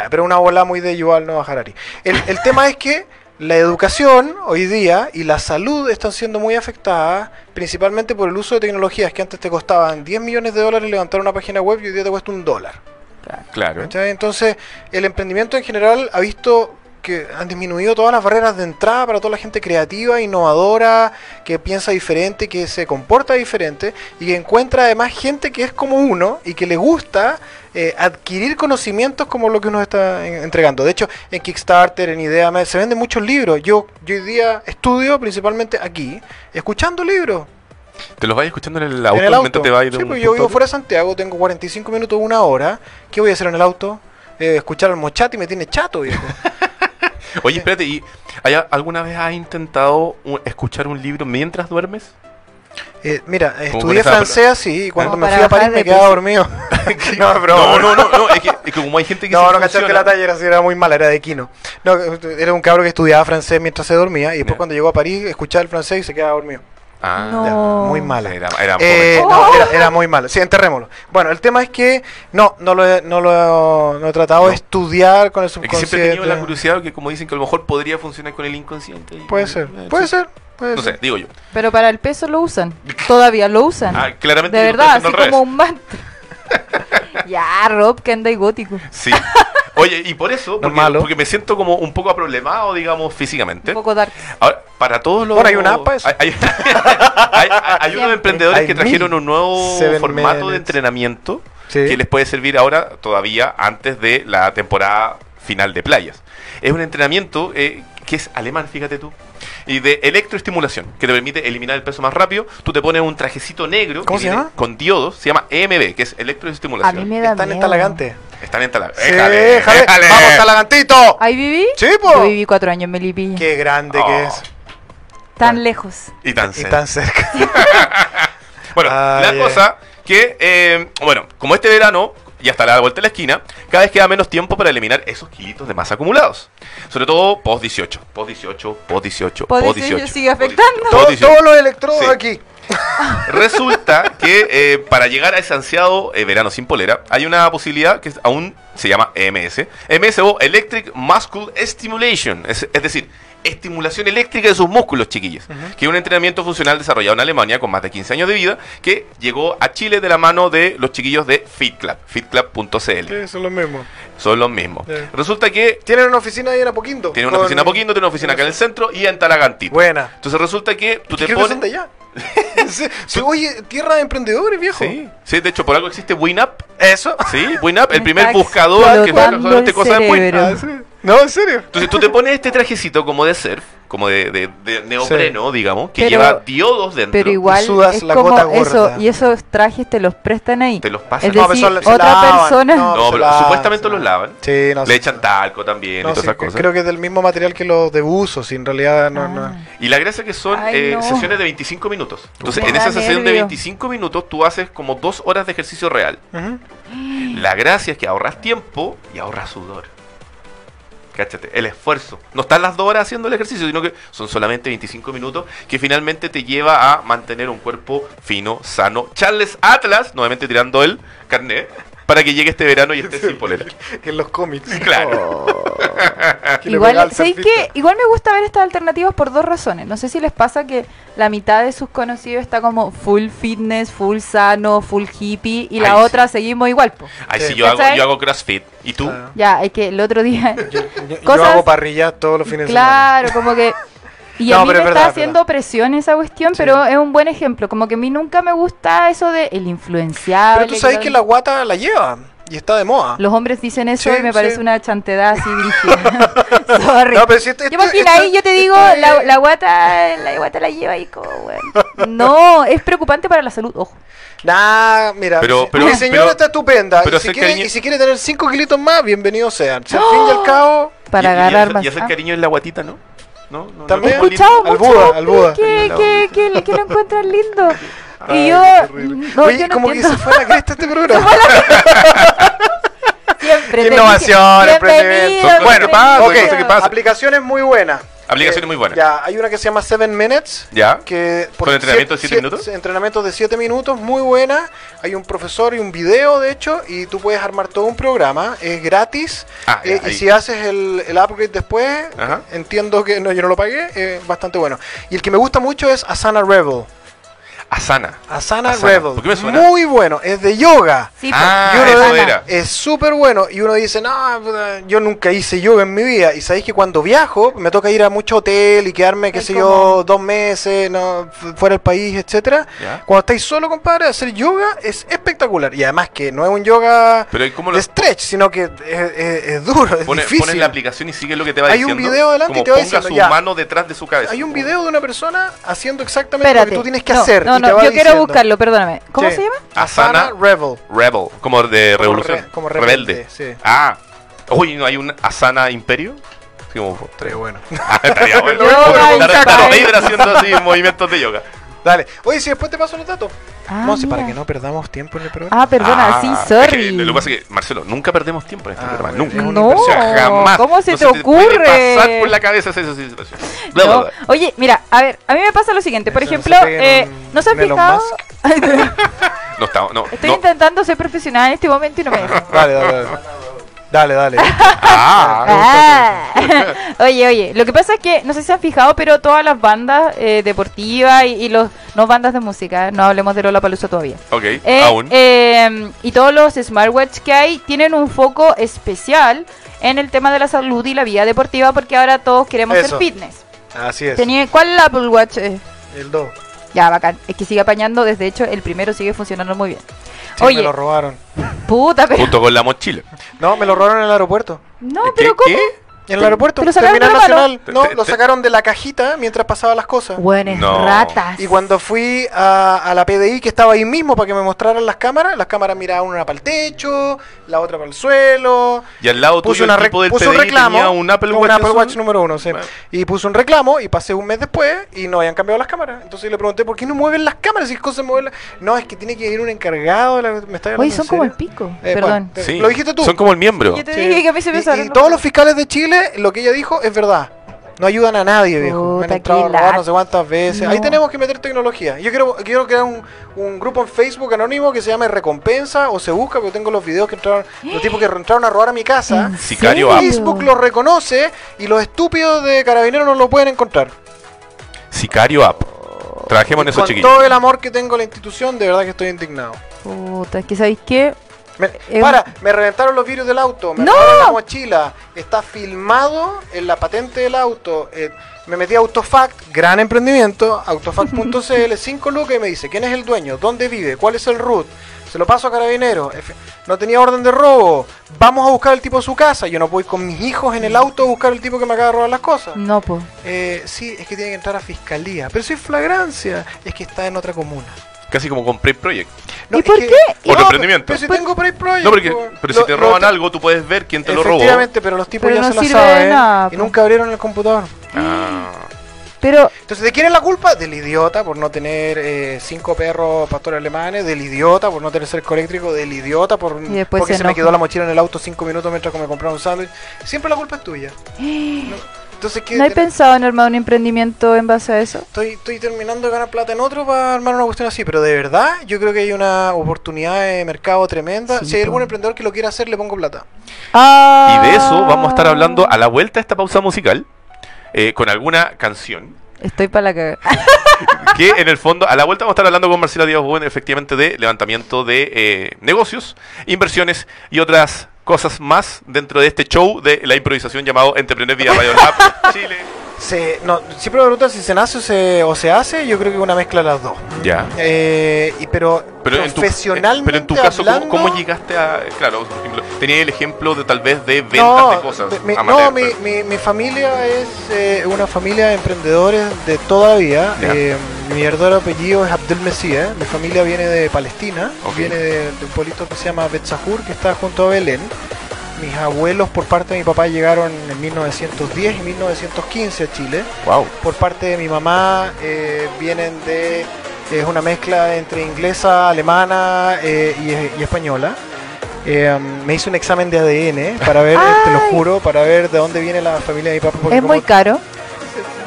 S2: Ya, pero una bola muy de Yuval Noah Harari. El, el tema es que la educación hoy día y la salud están siendo muy afectadas principalmente por el uso de tecnologías que antes te costaban 10 millones de dólares levantar una página web y hoy día te cuesta un dólar.
S3: Claro.
S2: ¿cachai? Entonces, el emprendimiento en general ha visto que han disminuido todas las barreras de entrada para toda la gente creativa, innovadora, que piensa diferente, que se comporta diferente y que encuentra además gente que es como uno y que le gusta eh, adquirir conocimientos como lo que uno está en- entregando. De hecho, en Kickstarter, en Ideame, se venden muchos libros. Yo, yo hoy día estudio principalmente aquí, escuchando libros.
S3: Te los vas escuchando en el auto,
S2: En el auto.
S3: mientras te vas de
S2: Sí,
S3: un
S2: pues yo
S3: punto a
S2: vivo
S3: otro.
S2: fuera de Santiago, tengo 45 minutos, una hora. ¿Qué voy a hacer en el auto? Eh, escuchar al mochati me tiene chato, viejo.
S3: Oye, espérate, ¿y hay a- alguna vez has intentado u- escuchar un libro mientras duermes?
S2: Eh, mira,
S3: con
S2: estudié
S3: esa-
S2: francés, sí, y cuando
S1: Como
S2: me
S1: para
S2: fui a París
S1: bajar de
S2: me quedaba
S1: peso.
S2: dormido. no, es broma.
S3: No, no, no, no, es que, es que como hay gente que
S2: No,
S3: sí
S2: no cachaste
S3: funciona-
S2: la talla, era, sí, era muy mala, era de Quino. No, era un cabro que estudiaba francés mientras se dormía y después
S3: Ya.
S2: cuando llegó a París escuchaba el francés y se quedaba dormido.
S3: Ah,
S1: No.
S2: Ya, muy mala.
S3: Era, era un
S2: Eh,
S3: momento.
S2: no, era, era muy malo. Sí, enterrémoslo. Bueno, el tema es que no, no lo he, no lo he- no he tratado
S3: No.
S2: de estudiar con el
S3: Es que siempre he
S2: subconsciente.
S3: tenido la curiosidad que como dicen que a lo mejor podría funcionar con el inconsciente. y-
S2: Puede ser,
S3: eh,
S2: puede
S3: sí.
S2: ser, puede
S3: No
S2: ser.
S3: sé, digo yo.
S1: Pero para el peso lo usan. Todavía lo usan.
S3: Ah, claramente
S1: de
S3: yo lo
S1: verdad, así
S3: estoy
S1: como
S3: haciendo al
S1: un mantra. ya, Rob, que anda y gótico.
S3: Sí. Oye, y por eso, porque,
S2: malo.
S3: porque me siento como un poco problemado, digamos, físicamente.
S1: Un poco dark.
S3: Ahora, para todos los.
S2: Bueno, hay una app para eso.
S3: Hay, hay- hay- hay unos
S1: Siempre.
S3: emprendedores
S2: Hay
S3: que trajeron
S2: mil.
S3: un nuevo
S2: Seven
S3: formato de
S2: minutes.
S3: entrenamiento
S2: Sí.
S3: que les puede servir ahora, todavía antes de la temporada final de playas. Es un entrenamiento eh, que es alemán, fíjate tú. Y de electroestimulación, que te permite eliminar el peso más rápido. Tú te pones un trajecito negro
S2: ¿Cómo
S3: que
S2: se
S3: viene
S2: llama?
S3: con diodos, se llama EMB, que es
S1: A
S3: electroestimulación.
S1: mí me da
S2: Están
S1: miedo.
S2: entalagantes.
S3: Están en Talagante.
S2: Sí, déjale. ¡Vamos, talagantito!
S1: ¿Ahí viví?
S2: Sí,
S1: Yo
S2: po.
S1: viví cuatro años en Melipilla.
S2: Qué grande
S3: Oh,
S2: que es.
S1: Tan lejos.
S3: Y tan
S2: Y
S3: cerca.
S2: tan cerca.
S3: Bueno,
S2: Ah,
S3: la
S2: ya.
S3: cosa que, eh, bueno, como este verano y hasta la vuelta de la esquina, cada vez queda menos tiempo para eliminar esos kilitos de masa acumulados. Sobre todo post 18, post 18, post 18,
S1: Post
S3: post
S1: 18
S3: 18.
S1: sigue
S3: post 18,
S1: afectando.
S3: post
S2: Todo-
S3: 18.
S2: todos los electrodos
S3: Sí.
S2: aquí.
S3: Resulta que eh, para llegar a ese ansiado eh, verano sin polera, hay una posibilidad que es- E aún se llama EMS. EMS o Electric Muscle Stimulation. Es, es decir, estimulación eléctrica de sus músculos, chiquillos.
S2: Ujú.
S3: Que es un entrenamiento funcional desarrollado en Alemania con más de 15 años de vida, que llegó a Chile de la mano de los chiquillos de FitClub, fitclub.cl.
S2: Sí, son los mismos.
S3: Son los mismos.
S2: Sí.
S3: Resulta que
S2: Tienen una oficina ahí en Apoquindo.
S3: tiene una
S2: con-
S3: oficina en Poquindo, tiene una oficina acá en el centro y en Talagantito.
S2: Buena.
S3: Entonces resulta que tú te
S2: Creo que son de
S3: pones...
S2: allá. Sí, sí, oye, tierra de emprendedores, viejo.
S3: Sí, sí, de hecho por algo existe WinUp,
S2: Eso.
S3: sí, WinUp, el
S1: Me
S3: primer
S1: está
S3: buscador que
S1: explotando
S3: solamente
S1: el
S3: cosas en
S1: cerebro.
S3: WinUp.
S2: Ah, sí. No, en serio.
S3: Entonces tú te pones este trajecito como de surf, como de, de- de neopreno, digamos, que
S1: Pero-
S3: lleva diodos dentro.
S1: Pero igual
S2: sudas
S1: es
S2: la
S1: como
S2: gota
S1: eso,
S2: gorda.
S1: y esos trajes te los prestan ahí.
S3: Te los pasan.
S1: Es
S3: No,
S2: No,
S3: pero
S1: decir,
S2: pero son- se
S1: otra
S2: lavan.
S1: persona-
S2: No,
S3: No,
S2: se
S3: pero
S2: lavan,
S3: supuestamente
S2: se
S3: los lavan.
S2: Sí, no,
S3: Le
S2: sí.
S3: echan talco también
S2: No,
S3: y todas
S2: sí,
S3: esas
S2: que-
S3: cosas.
S2: Creo que es del mismo material que los de buzos, y en realidad no, no.
S1: Ah.
S3: Y la gracia es que son
S1: Ay,
S3: eh,
S1: no.
S3: sesiones de 25 minutos. Entonces,
S1: Me
S3: en
S1: da
S3: esa sesión de
S1: nervio.
S3: 25 minutos tú haces como dos horas de ejercicio real.
S2: Ujú.
S3: La gracia es que ahorras tiempo y ahorras sudor. Cáchate, el esfuerzo. No están las dos horas haciendo el ejercicio, sino que son solamente 25 minutos que finalmente te lleva a mantener un cuerpo fino, sano. Charles Atlas, nuevamente tirando el carnet, para que llegue este verano y esté sin polera.
S2: En los cómics.
S3: Claro.
S2: Que le pega
S1: Igual,
S2: al
S1: ¿sabéis
S2: surfista.
S1: qué? Igual me gusta ver estas alternativas por dos razones. No sé si les pasa que la mitad de sus conocidos está como full fitness, full sano, full hippie, y la
S3: Ay, sí.
S1: otra seguimos igual. po.
S3: Ay,
S2: Sí.
S3: sí, yo hago,
S1: ¿Cachai?
S3: yo hago CrossFit. ¿Y tú?
S2: Claro.
S1: Ya, es que el otro día,
S2: Yo, yo- yo
S1: Cosas-
S2: hago parrillas todos los fines
S1: claro, como que... Y
S2: No,
S1: a mí me
S2: pero es verdad,
S1: está
S2: es
S1: haciendo presión esa cuestión, pero es un buen ejemplo. Como que a mí nunca me gusta eso de el influenciable.
S2: Pero tú sabes
S1: lo-
S2: que la guata la lleva y está de moda.
S1: Los hombres dicen eso
S2: Sí,
S1: y me
S2: sí.
S1: parece una chantedad así dirigida. Sorry.
S2: No, pero si este- esto-
S1: yo
S2: esto-
S1: imagino
S2: esto-
S1: ahí, yo te digo, la, la guata, la guata la lleva ahí como, weón. No, es preocupante para la salud, ojo.
S2: Nah, mira,
S3: Pero-
S2: si-
S3: pero-
S2: mi señora
S3: pero-
S2: está estupenda.
S3: pero
S2: y, si
S3: hacer
S2: quiere,
S3: cariño-
S2: y si quiere tener 5 kilitos más, bienvenidos sean. Si al fin y
S1: ¡Oh!
S2: al cabo,
S1: Para
S3: Y- y
S1: agarrar
S3: hacer-
S1: más.
S3: Y hacer
S1: ah.
S3: cariño en la guatita, ¿no? No, no, no
S1: He
S2: También.
S3: es como lindo.
S1: escuchado
S2: Al
S1: mucho
S2: Buda,
S1: hombre
S2: al Buda.
S1: Que, que, que, que lo encuentran lindo.
S2: Ay,
S1: y yo,
S2: qué terrible.
S1: no,
S2: Oye,
S1: yo no
S2: como
S1: entiendo.
S2: que se fue a la cresta este programa.
S1: Siempre te
S2: Innovación,
S1: dije,
S2: emprendimiento.
S1: bienvenido,
S3: Bueno, pasa,
S1: bienvenido.
S3: cosas que pasan.
S2: Aplicaciones muy buenas. Eh,
S3: Aplicaciones muy buenas.
S2: Ya, hay una que se llama 7 Minutes.
S3: ¿Ya?
S2: Que
S3: ¿Con entrenamiento de siete
S2: siete-
S3: minutos?
S2: Entrenamiento de 7 minutos, muy buena. Hay un profesor y un video, de hecho, y tú puedes armar todo un programa. Es gratis.
S3: Ah, ya,
S2: eh, y
S3: ahí.
S2: si haces el, el upgrade después,
S3: Ajá.
S2: entiendo que no, yo no lo pagué. eh, bastante bueno. Y el que me gusta mucho es Asana Rebel.
S3: Asana.
S2: Asana,
S3: Asana.
S2: Rebel.
S3: ¿Por qué me suena?
S2: Muy bueno. Es de yoga.
S1: Sí, pues.
S3: Ah,
S2: Y uno
S3: eso
S2: ve-
S3: era.
S2: Es súper bueno. Y uno dice, no, puta, yo nunca hice yoga en mi vida. Y sabéis que cuando viajo, me toca ir a mucho hotel y quedarme, qué
S1: Es
S2: sé
S1: como-
S2: yo, dos meses no, fu- fuera del país, etcétera
S3: ¿Ya?
S2: Cuando estáis solo, compadre, hacer yoga es espectacular. Y además que no es un yoga
S3: Pero ¿y ¿cómo lo
S2: de stretch, sino que es, es- es duro, es
S3: pone- pones,
S2: difícil.
S3: la aplicación y sigue lo que te va
S2: Hay un
S3: diciendo?
S2: video adelante
S3: Como
S2: y te va
S3: ponga
S2: diciendo,
S3: su
S2: ya.
S3: mano detrás de su cabeza.
S2: Hay un video de una persona haciendo exactamente
S1: Espérate.
S2: lo que tú tienes que
S1: No,
S2: hacer.
S1: No,
S2: y te
S1: no,
S2: va
S1: yo quiero
S2: diciendo.
S1: buscarlo, perdóname. ¿Cómo
S2: Sí.
S1: se llama?
S2: Asana,
S3: Asana
S2: Rebel.
S3: Rebel, como de
S2: Como
S3: revolución.
S2: re- como rebelde,
S3: rebelde.
S2: sí.
S3: Ah. Oye, ¿no hay un Asana Imperio? Sí, como-
S2: Tres, bueno.
S3: Ah, estaría bueno.
S1: Yoga
S3: Como Darth- Darth
S1: Imperio.
S3: Vader haciendo así movimientos de yoga.
S2: Dale. Oye, si después te paso los datos.
S1: Ah,
S2: no, si para
S1: mira.
S2: que no perdamos tiempo en el programa.
S1: Ah, perdona,
S3: Ah,
S1: sí,
S3: es
S1: sorry.
S3: que lo que pasa es que, Marcelo, nunca perdemos tiempo en este
S2: Ah,
S3: programa.
S2: bueno.
S3: Nunca.
S2: Es una
S1: No,
S2: inversión,
S3: Jamás.
S1: Oh, ¿cómo se
S3: No
S1: te
S3: te puede pasar
S1: ocurre?
S3: por la cabeza esa esa situación. Bla, bla,
S1: No.
S3: bla.
S1: Oye, mira, a ver, a mí me pasa lo siguiente. Por
S2: Eso no
S1: ejemplo,
S2: se peguen
S1: eh,
S2: en-
S1: ¿no se han
S2: en Elon
S1: fijado?
S3: No estamos, no.
S1: Estoy
S3: no.
S1: intentando ser profesional en este momento y no me dejan.
S2: Dale, dale, dale. Dale, dale.
S3: Ah,
S1: Ah. oye, oye, lo que pasa es que, no sé si se han fijado, pero todas las bandas eh, deportivas y, y los no bandas de música, eh, no hablemos de Lola Palusa todavía.
S3: ok,
S1: Eh,
S3: aún.
S1: eh, y todos los smartwatch que hay tienen un foco especial en el tema de la salud y la vida deportiva porque ahora todos queremos
S2: Eso.
S1: ser fitness.
S2: Así es.
S1: Tenía, ¿Cuál es el Apple Watch? Eh,
S2: El 2.
S1: ya, bacán. Es que sigue apañando, desde hecho el primero sigue funcionando muy bien.
S2: me
S1: Oye,
S2: lo robaron.
S1: puta, pero...
S3: Junto con la mochila.
S2: No, me lo robaron en el aeropuerto.
S1: No,
S3: ¿Qué-
S1: pero ¿cómo?
S3: qué?
S2: En el aeropuerto,
S1: te lo sacaron
S2: terminal
S1: de la mano.
S2: nacional.
S3: Te-
S2: No,
S3: te-
S2: lo
S3: te-
S2: sacaron de la cajita mientras pasaba las cosas.
S1: Bueno, es
S3: No.
S1: ratas.
S2: Y cuando fui a, a la PDI, que estaba ahí mismo para que me mostraran las cámaras, las cámaras miraban una para el techo, la otra para el suelo.
S3: Y al lado
S2: Puse,
S3: tuyo
S2: una
S3: el
S2: rec-
S3: tipo del
S2: puse un
S3: PDI
S2: reclamo.
S3: tenía un Apple
S2: un
S3: Watch.
S2: Apple
S3: azul.
S2: Watch número uno, sí.
S3: Bueno.
S2: Y puse un reclamo y pasé un mes después y no habían cambiado las cámaras. Entonces le pregunté, ¿por qué no mueven las cámaras? Si es cosa de moverlas. No, es que tiene que ir un encargado. de la- ¿Me está
S1: Oye, son como el pico. Perdón.
S3: Sí.
S2: Lo dijiste tú.
S3: Son como el miembro.
S1: Yo te dije que a mí se me
S2: Eh, Y-
S1: usaron
S2: y,
S1: los
S2: todos los
S1: ojos.
S2: fiscales de Chile, lo que ella dijo es verdad. No ayudan a nadie, viejo. Me han
S1: Puta,
S2: entrado a
S1: qué
S2: robar no
S1: lata.
S2: sé cuántas veces. Ahí
S1: No.
S2: tenemos que meter tecnología. Yo quiero, quiero crear un, un grupo en Facebook anónimo que se llame Recompensa o se busca, porque tengo los videos que entraron, los tipos que entraron a robar a mi casa.
S1: ¿En
S3: Sicario
S1: serio?
S3: App.
S2: Facebook los reconoce y los estúpidos de carabineros no lo pueden encontrar.
S3: Sicario App. Trabajemos en eso,
S2: Con
S3: chiquillos.
S2: todo el amor que tengo a la institución, de verdad que estoy indignado.
S1: Puta, es que ¿sabéis qué?
S2: Me-
S1: Eh,
S2: para, me reventaron los vidrios del auto, me
S1: ¡No!
S2: reventaron la mochila, está filmado en la patente del auto. eh, me metí a Autofact, gran emprendimiento, autofact.cl, 5 lucas y me dice, ¿quién es el dueño? ¿Dónde vive? ¿Cuál es el root? Se lo paso a carabinero. efe- No tenía orden de robo. Vamos a buscar al tipo a su casa. Yo no voy con mis hijos en el auto a buscar al tipo que me acaba de robar las cosas.
S1: No, po.
S2: Eh, sí, es que tiene que entrar a fiscalía. Pero si es flagrancia, es que está en otra comuna.
S3: Casi como con Prey Project.
S1: ¿Y por
S2: que-
S1: qué?
S3: Otro
S2: pero-
S3: emprendimiento.
S2: Pero si tengo Prey Project.
S3: No, porque,
S2: po.
S3: pero
S2: pues, Lo-
S3: si te
S2: lo
S3: roban
S2: te-
S3: algo, tú puedes ver quién te lo robó.
S2: Efectivamente, pero los tipos
S1: Pero
S2: ya
S1: no
S2: se la
S1: sirve de
S2: saben
S1: nada,
S2: y
S1: po.
S2: nunca abrieron el computador.
S3: Ah.
S1: Pero,
S2: Entonces, ¿de quién es la culpa? Del idiota por no tener eh, cinco perros pastores alemanes, del idiota por no tener cerco eléctrico, del idiota por
S1: Y después
S2: porque
S1: se
S2: se, me
S1: enoja.
S2: quedó la mochila en el auto cinco minutos mientras que me compraba un sándwich. Siempre la culpa es tuya.
S1: ¿no
S2: Entonces, ¿qué
S1: hay
S2: tiene-
S1: pensado en armar un emprendimiento en base a eso?
S2: Estoy, estoy terminando de ganar plata en otro para armar una cuestión así, pero de verdad yo creo que hay una oportunidad de mercado tremenda.
S1: Sí,
S2: si hay algún
S1: po.
S2: emprendedor que lo quiera hacer, le pongo plata.
S1: Ah.
S3: Y de eso vamos a estar hablando a la vuelta de esta pausa musical. eh, con alguna canción.
S1: Estoy para la cagada.
S3: Que en el fondo, a la vuelta vamos a estar hablando con Marcela Díaz Buen, efectivamente, de levantamiento de eh, negocios, inversiones y otras cosas más dentro de este show de la improvisación llamado Entrepreneur Vía Radio Lab Chile.
S2: Se, no, siempre me preguntan si se nace o se, o se hace, yo creo que una mezcla de las dos.
S3: Ya.
S2: Eh, y pero,
S3: Pero en tu, eh,
S2: profesionalmente
S3: pero en tu caso, ¿cómo- ¿cómo,
S2: hablando-
S3: llegaste a...? Claro, por ejemplo, tenía el ejemplo de tal vez de ventas
S2: No,
S3: de cosas. pues.
S2: mi,
S3: amateur,
S2: no, mi,
S3: pero-
S2: mi- mi familia es eh, una familia de emprendedores de toda la vida.
S3: Ya.
S2: Eh, mi verdadero apellido es Abdel Mesía. Mi familia viene de Palestina,
S3: Ok.
S2: viene de, de un pueblito que se llama Betzahur, que está junto a Belén. Mis abuelos por parte de mi papá llegaron en 1910 y 1915 a Chile
S3: Wow.
S2: por parte de mi mamá eh, vienen de es una mezcla entre inglesa, alemana eh, y, y española. Eh, me hice un examen de ADN para ver, eh, te lo
S1: Ay.
S2: juro, para ver de dónde viene la familia de mi papá. porque
S1: Es muy
S2: como-
S1: caro.
S2: de-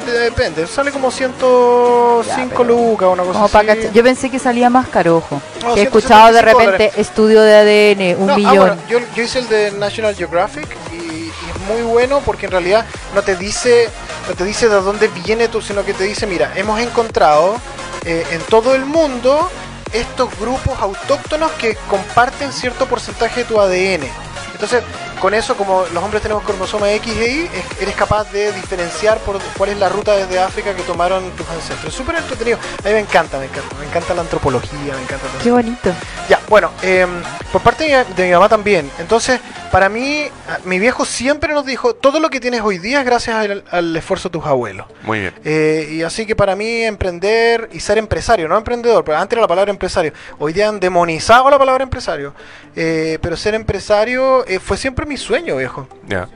S2: Depende, sale como 105
S1: Ya, pero-
S2: lucas, una cosa
S1: Como pa'
S2: así.
S1: cachar. Yo pensé que salía más caro, ojo.
S2: No,
S1: Que he escuchado de
S2: 175
S1: repente
S2: dólares.
S1: estudio de ADN, un
S2: No, ah,
S1: billón.
S2: bueno, yo, yo hice el de National Geographic y, y es muy bueno porque en realidad no te dice no te dice de dónde viene tú, sino que te dice, mira, hemos encontrado eh, en todo el mundo estos grupos autóctonos que comparten cierto porcentaje de tu ADN. Entonces, con eso, como los hombres tenemos cromosoma X e Y, es- eres capaz de diferenciar por cuál es la ruta desde África que tomaron tus ancestros. Súper entretenido. A mí me encanta, me encanta. Me encanta la antropología, me encanta todo eso.
S1: Qué bonito.
S2: Ya, bueno, em, por parte de mi, de mi mamá también. Entonces, para mí, a- mi viejo siempre nos dijo, todo lo que tienes hoy día es gracias al, al esfuerzo de tus abuelos.
S3: Muy bien.
S2: Eh, y así que para mí emprender y ser empresario, no emprendedor, pero antes era la palabra empresario. Hoy día han demonizado la palabra empresario. Eh, pero ser empresario eh, fue siempre mi sueño, viejo.
S3: Ya.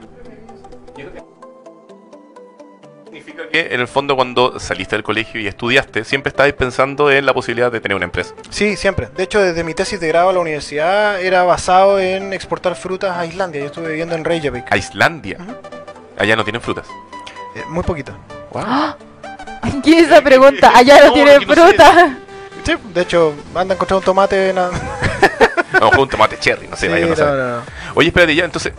S3: Significa que en el fondo cuando saliste del colegio y estudiaste, siempre estabas pensando en la posibilidad de tener una empresa.
S2: Sí, siempre. De hecho, desde mi tesis de grado a la universidad era basado en exportar frutas a Islandia. Yo estuve viviendo en Reykjavik.
S3: A Islandia.
S2: Ujú.
S3: Allá no tienen frutas.
S2: Eh, muy poquito.
S1: ¿Qué es esa pregunta? Allá no
S3: No,
S1: tiene
S3: aquí no se
S1: fruta.
S2: Sí, de hecho, anda a encontrar un tomate en... la-
S3: A lo mejor un tomate cherry, no sé,
S2: Sí,
S3: vaya uno a
S2: no,
S3: saber.
S2: no, no.
S3: Oye, espérate, ya, entonces,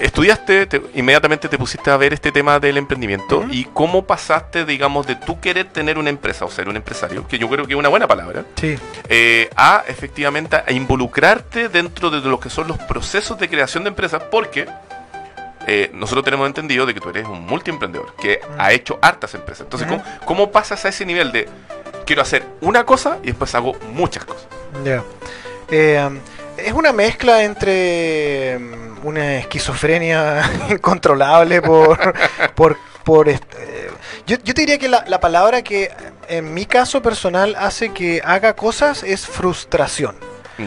S3: estudiaste, te- inmediatamente te pusiste a ver este tema del emprendimiento
S2: Ujú.
S3: y cómo pasaste, digamos, de tú querer tener una empresa o ser un empresario, que yo creo que es una buena palabra,
S2: Sí.
S3: eh, a efectivamente a involucrarte dentro de lo que son los procesos de creación de empresas, porque eh, nosotros tenemos entendido de que tú eres un multiemprendedor que
S2: Mm.
S3: ha hecho hartas empresas. Entonces,
S2: Ujú.
S3: ¿cómo, cómo pasas a ese nivel de quiero hacer una cosa y después hago muchas cosas?
S2: Ya. Eh, um, es una mezcla entre um, una esquizofrenia incontrolable por... por, por est- eh, yo, yo te diría que la, la palabra que en mi caso personal hace que haga cosas es frustración.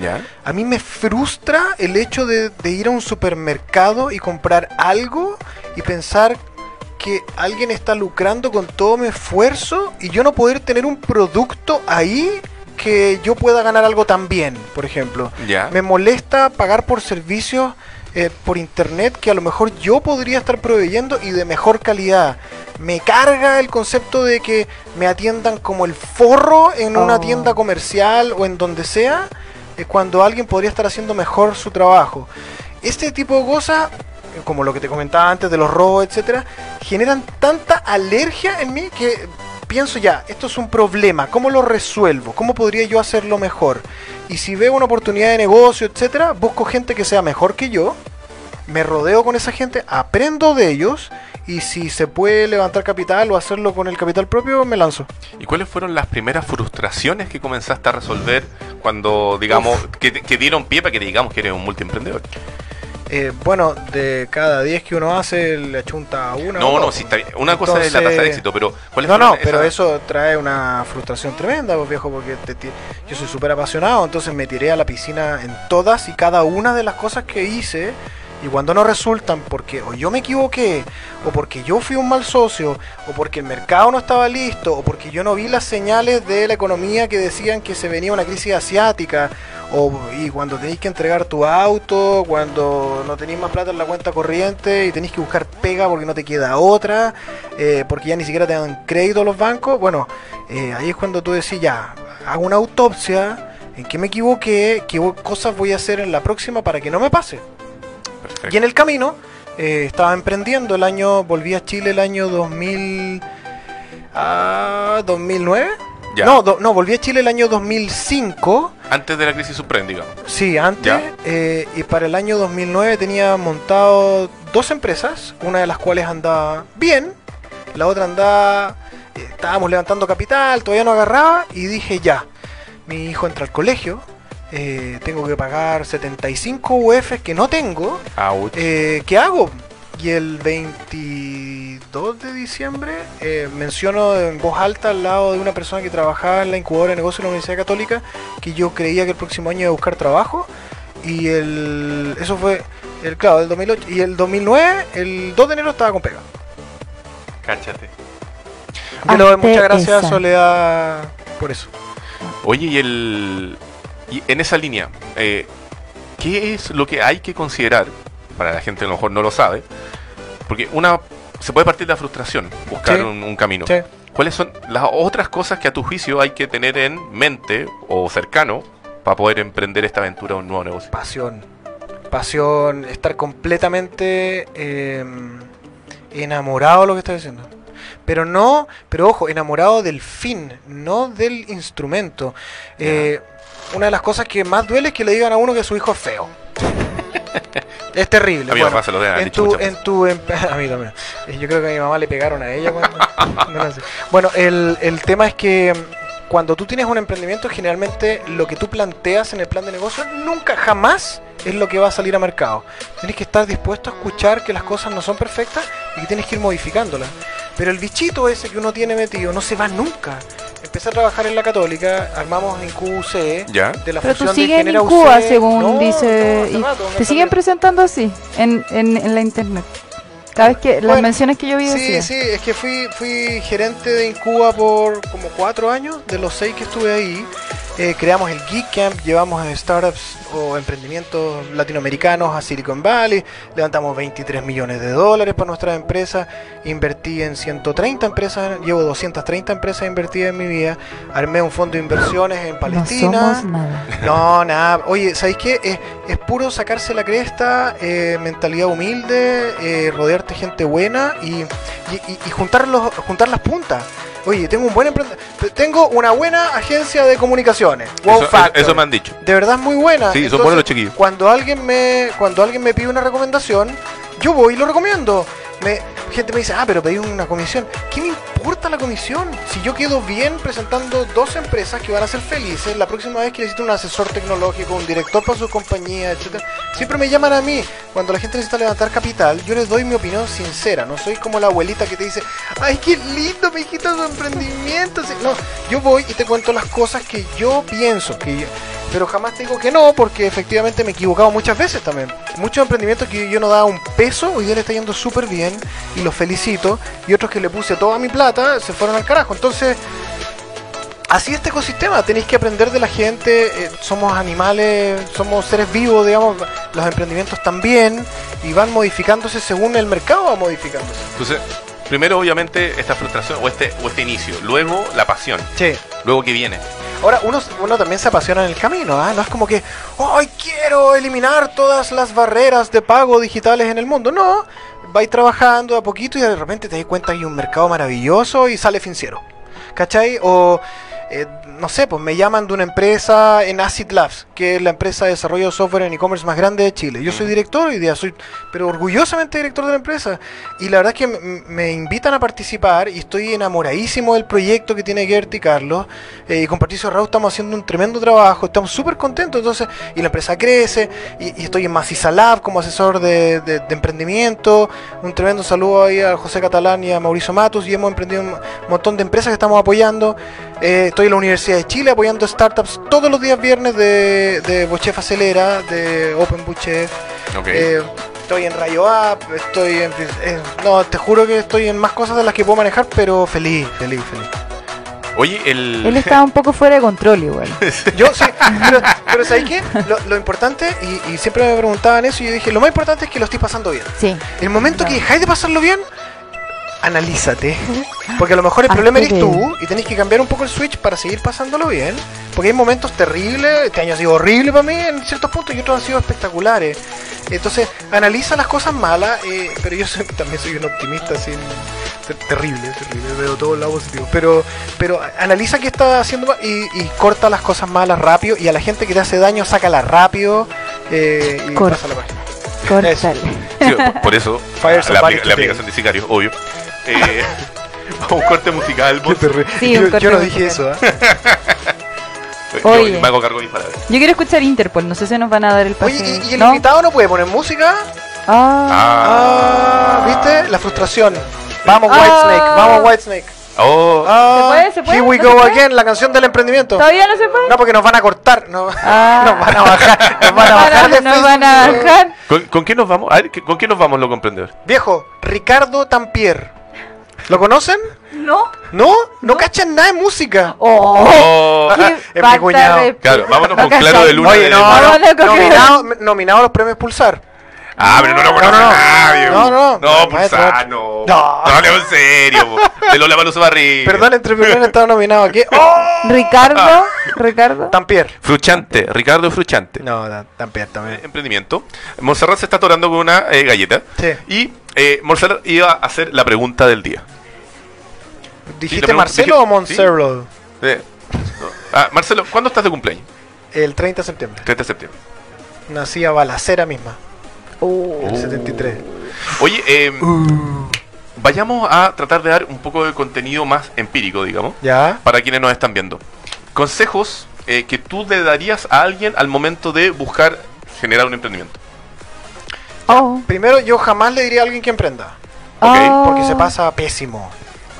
S3: Ya.
S2: A mí me frustra el hecho de, de ir a un supermercado y comprar algo y pensar que alguien está lucrando con todo mi esfuerzo y yo no poder tener un producto ahí que yo pueda ganar algo también, por ejemplo.
S3: Ya.
S2: Me molesta pagar por servicios eh, por internet que a lo mejor yo podría estar proveyendo y de mejor calidad. Me carga el concepto de que me atiendan como el forro en una
S1: Oh.
S2: tienda comercial o en donde sea, eh, cuando alguien podría estar haciendo mejor su trabajo. Este tipo de cosas, eh, como lo que te comentaba antes de los robos, etcétera, generan tanta alergia en mí que pienso ya, esto es un problema, ¿cómo lo resuelvo? ¿Cómo podría yo hacerlo mejor? Y si veo una oportunidad de negocio, etcétera, busco gente que sea mejor que yo, me rodeo con esa gente, aprendo de ellos y si se puede levantar capital o hacerlo con el capital propio, me lanzo.
S3: ¿Y cuáles fueron las primeras frustraciones que comenzaste a resolver cuando, digamos, que, que dieron pie para que digamos que eres un multiemprendedor?
S2: Eh, bueno, de cada 10 que uno hace, le achunta a una. o
S3: No, no,
S2: dos.
S3: sí, está bien. Una cosa es la
S2: Entonces-
S3: tasa de éxito, pero ¿cuáles
S2: No, no,
S3: fueron
S2: pero
S3: esas-
S2: eso trae una frustración tremenda, pues viejo, porque te ti- yo soy súper apasionado, entonces me tiré a la piscina en todas y cada una de las cosas que hice. Y cuando no resultan, porque o yo me equivoqué, o porque yo fui un mal socio, o porque el mercado no estaba listo, o porque yo no vi las señales de la economía que decían que se venía una crisis asiática, o y cuando tenéis que entregar tu auto, cuando no tenéis más plata en la cuenta corriente y tenéis que buscar pega porque no te queda otra, eh, porque ya ni siquiera te dan crédito los bancos, bueno, eh, ahí es cuando tú decís, ya, hago una autopsia, en qué me equivoqué, qué vo- cosas voy a hacer en la próxima para que no me pase.
S3: Perfecto.
S2: Y en el camino eh, estaba emprendiendo el año, volví a Chile el año 2000, ah, 2009.
S3: Ya.
S2: No, do- no, volví a Chile el año 2005.
S3: Antes de la crisis subprime, digamos.
S2: Sí, antes.
S3: Ya.
S2: eh, y para el año 2009 tenía montado dos empresas, una de las cuales andaba bien, la otra andaba... eh, estábamos levantando capital, todavía no agarraba y dije ya, mi hijo entra al colegio, eh, tengo que pagar 75 UF que no tengo, eh, ¿qué hago? Y el 22 de diciembre eh, menciono en voz alta al lado de una persona que trabajaba en la incubadora de negocios de la Universidad Católica que yo creía que el próximo año iba a buscar trabajo. Y el, eso fue, el, claro, el 2008. Y el 2009, el 2 de enero estaba con pega.
S3: Cáchate.
S2: Pero
S1: Hazte
S2: muchas gracias
S1: esa.
S2: Soledad por eso.
S3: Oye, y el. y en esa línea, eh, ¿qué es lo que hay que considerar? Para la gente a lo mejor no lo sabe. Porque una. Se puede partir de la frustración, buscar
S2: Sí.
S3: un, un camino.
S2: Sí.
S3: ¿Cuáles son las otras cosas que a tu juicio hay que tener en mente o cercano para poder emprender esta aventura de un nuevo negocio?
S2: pasión. Pasión, estar completamente eh, enamorado de lo que estás haciendo. Pero no, pero ojo, enamorado del fin, no del instrumento. Eh, Una de las cosas que más duele es que le digan a uno que su hijo es feo. es terrible.
S3: A mí me
S2: Bueno,
S3: pasa, lo han
S2: en
S3: dicho
S2: tu,
S3: muchas
S2: en tu em- a mí también. Eh, Yo creo que a mi mamá le pegaron a ella cuando. no nací. bueno, el, el tema es que mm, cuando tú tienes un emprendimiento, generalmente lo que tú planteas en el plan de negocio nunca jamás es lo que va a salir a mercado. Tienes que estar dispuesto a escuchar que las cosas no son perfectas y que tienes que ir modificándolas. Pero el bichito ese que uno tiene metido no se va nunca. Empecé a trabajar en la Católica, armamos en QUCE.
S3: ¿Ya?
S2: E De la
S1: Pero tú
S2: fusión de
S1: sigues en
S2: Genera
S1: Cuba,
S2: UCE.
S1: según
S2: No, no,
S1: dice.
S2: hace
S1: y
S2: rato, me
S1: te siguen
S2: cambié.
S1: presentando así, en, en, en la internet. Cada vez que las
S2: Bueno,
S1: menciones que yo vi
S2: Sí,
S1: decían.
S2: sí, es que fui, fui gerente de Incuba por como cuatro años, de los seis que estuve ahí. Eh, creamos el Geek Camp, llevamos a startups o emprendimientos latinoamericanos a Silicon Valley, levantamos 23 millones de dólares para nuestra empresa, invertí en 130 empresas, llevo 230 empresas invertidas en mi vida, armé un fondo de inversiones en Palestina.
S1: No somos nada.
S2: No, nada. Oye, ¿sabéis qué? Es, es puro sacarse la cresta, eh, mentalidad humilde, eh, rodearte gente buena y, y- y- y juntar, los, juntar las puntas. Oye, tengo un buen emprend- Tengo una buena agencia de comunicaciones. Wow
S3: eso,
S2: Factory.
S3: eso me han dicho.
S2: De verdad es muy buena.
S3: Sí, son
S2: Entonces,
S3: buenos los chiquillos.
S2: Cuando alguien me cuando alguien me pide una recomendación, yo voy y lo recomiendo. Me, gente me dice, ah, pero pedí una comisión. ¿Qué me importa la comisión? Si yo quedo bien presentando dos empresas que van a ser felices, la próxima vez que necesito un asesor tecnológico, un director para su compañía, etcétera, siempre me llaman a mí. Cuando la gente necesita levantar capital, yo les doy mi opinión sincera. No soy como la abuelita que te dice, ay, qué lindo, me dijiste tu emprendimiento. Sí, No, yo voy y te cuento las cosas que yo pienso, que yo- pero jamás te digo que no, porque efectivamente me he equivocado muchas veces también. Muchos emprendimientos que yo no daba un peso, hoy día le está yendo súper bien y los felicito. Y otros que le puse toda mi plata, se fueron al carajo. Entonces, Así este ecosistema, tenéis que aprender de la gente, eh, somos animales, somos seres vivos, digamos, los emprendimientos también, y van modificándose según el mercado va modificándose.
S3: Entonces, primero obviamente esta frustración o este, o este inicio, luego la pasión,
S2: Sí.
S3: luego que viene.
S2: Ahora, uno, uno también se apasiona en el camino, ¿ah? No es como que, ¡ay, quiero eliminar todas las barreras de pago digitales en el mundo! No, vais trabajando a poquito y de repente te das cuenta que hay un mercado maravilloso y sale financiero. ¿Cachai? O, eh, no sé, pues me llaman de una empresa en Acid Labs, que es la empresa de desarrollo de software en e-commerce más grande de Chile. Yo soy director hoy día, soy, pero orgullosamente director de la empresa. Y la verdad es que m- me invitan a participar y estoy enamoradísimo del proyecto que tiene Gerti y Carlos. Eh, y con Patricio Raúl estamos haciendo un tremendo trabajo, estamos súper contentos. Entonces, y la empresa crece, y, y estoy en Maciza Lab como asesor de, de- de emprendimiento. Un tremendo saludo ahí a José Catalán y a Mauricio Matos. Y hemos emprendido un montón de empresas que estamos apoyando. Eh, estoy en la Universidad de Chile apoyando startups todos los días viernes de, de Bochef Acelera, de Open Bochef.
S3: Ok.
S2: Eh, estoy en Radio App, estoy en... eh, no, te juro que estoy en más cosas de las que puedo manejar, pero feliz, feliz, feliz.
S3: Oye, el...
S1: Él estaba un poco fuera de control igual.
S2: Yo sí, pero, pero ¿sabes qué? Lo, lo importante, y, y siempre me preguntaban eso, y yo dije, lo más importante es que lo estoy pasando bien.
S1: Sí.
S2: El momento que
S1: Claro.
S2: dejáis de pasarlo bien, analízate. Porque a lo mejor el
S1: Hazte
S2: problema eres
S1: ver.
S2: tú y tenés que cambiar un poco el switch para seguir pasándolo bien. Porque hay momentos terribles, este año ha sido horrible para mí en ciertos puntos y otros han sido espectaculares. Entonces, analiza las cosas malas, eh, pero yo soy- también soy un optimista sin ser terrible, terrible, veo todo el lado positivo. Pero, pero analiza qué está haciendo mal y, y corta las cosas malas rápido y a la gente que te hace daño, sácala rápido eh, y
S1: Corta.
S2: pasa la página.
S1: Córtale.
S3: Sí, por- por eso,
S2: Fire
S3: la- la,
S2: somebody
S3: apli- la
S2: today.
S3: aplicación de Sicario, obvio. Eh, vamos a un corte musical.
S2: Qué
S3: Monse.
S2: terrible.
S1: Sí, un
S2: yo,
S1: corte
S2: yo no
S1: muy
S2: dije eso, ¿ah?
S3: Yo-
S1: Oye.
S3: yo me hago cargo de mis palabras.
S1: Yo quiero escuchar Interpol, no sé si nos van a dar el pase.
S2: Oye, ¿y, y el
S1: ¿No?
S2: invitado no puede poner música?
S1: Ah.
S2: Ah, ¿viste? La frustración. Vamos,
S1: Ah.
S2: Whitesnake, vamos, Whitesnake.
S3: Oh,
S2: Ah,
S1: puede? ¿Se puede?
S2: Here we
S1: ¿No
S2: go
S1: se puede?
S2: again, la canción del emprendimiento.
S1: ¿Todavía no se puede?
S2: No, porque nos van a cortar. No,
S1: Ah.
S2: nos van a bajar. Nos van a
S1: Nos
S2: bajar. de
S1: nos van a
S2: Facebook.
S1: bajar.
S3: ¿con, con qué nos vamos? A ver, ¿qué- ¿con qué nos vamos, lo comprendedor?
S2: Viejo, Ricardo Tampier. ¿Lo conocen?
S1: No.
S2: ¿No? No, cachan nada de música.
S1: Oh.
S3: Oh,
S1: qué
S2: es mi
S1: falta
S2: cuñado.
S1: de-
S3: claro, vámonos
S1: No
S3: con Claro de
S1: cachan.
S3: Luna.
S2: Oye,
S3: de-
S2: no,
S1: Mar-
S2: no,
S1: No, no, coge-
S2: nominado, nominado a los premios Pulsar.
S3: Ah, pero no lo conoce
S2: No, no, no.
S3: nadie.
S2: No, no, no,
S3: No,
S2: maestro.
S3: Pulsar, no.
S2: No.
S3: No, hablemos en serio. po. De Lola Palusa Barriga.
S2: Perdón, entre primero estaba nominado aquí. ¡Oh!
S1: Ricardo, Ricardo.
S2: Tampier.
S3: Fruchante, Ricardo Fruchante.
S2: No, da- Tampier también.
S3: Emprendimiento. Montserrat se está atorando con una eh, galleta.
S2: Sí.
S3: Y eh, Montserrat iba a hacer la pregunta del día. Sí, te
S2: ¿Dijiste
S3: pregunto,
S2: Marcelo
S3: dije-
S2: o Monserlo?
S3: Eh, no. Ah, Marcelo, ¿cuándo estás de cumpleaños?
S2: El 30 de septiembre.
S3: 30 de septiembre.
S2: Nací a Balacera misma,
S1: Oh.
S2: el
S3: Oh.
S2: 73.
S3: Oye, eh,
S2: Uh.
S3: vayamos a tratar de dar un poco de contenido más empírico, digamos,
S2: ¿Ya?
S3: para quienes nos están viendo. Consejos eh, que tú le darías a alguien al momento de buscar generar un emprendimiento.
S1: Oh.
S2: Primero, yo jamás le diría a alguien que emprenda,
S1: Oh.
S2: porque se pasa pésimo.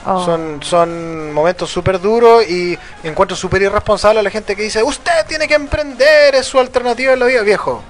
S1: Oh.
S2: Son, son momentos súper duros y encuentro súper irresponsable a la gente que dice, usted tiene que emprender, es su alternativa en la vida, viejo.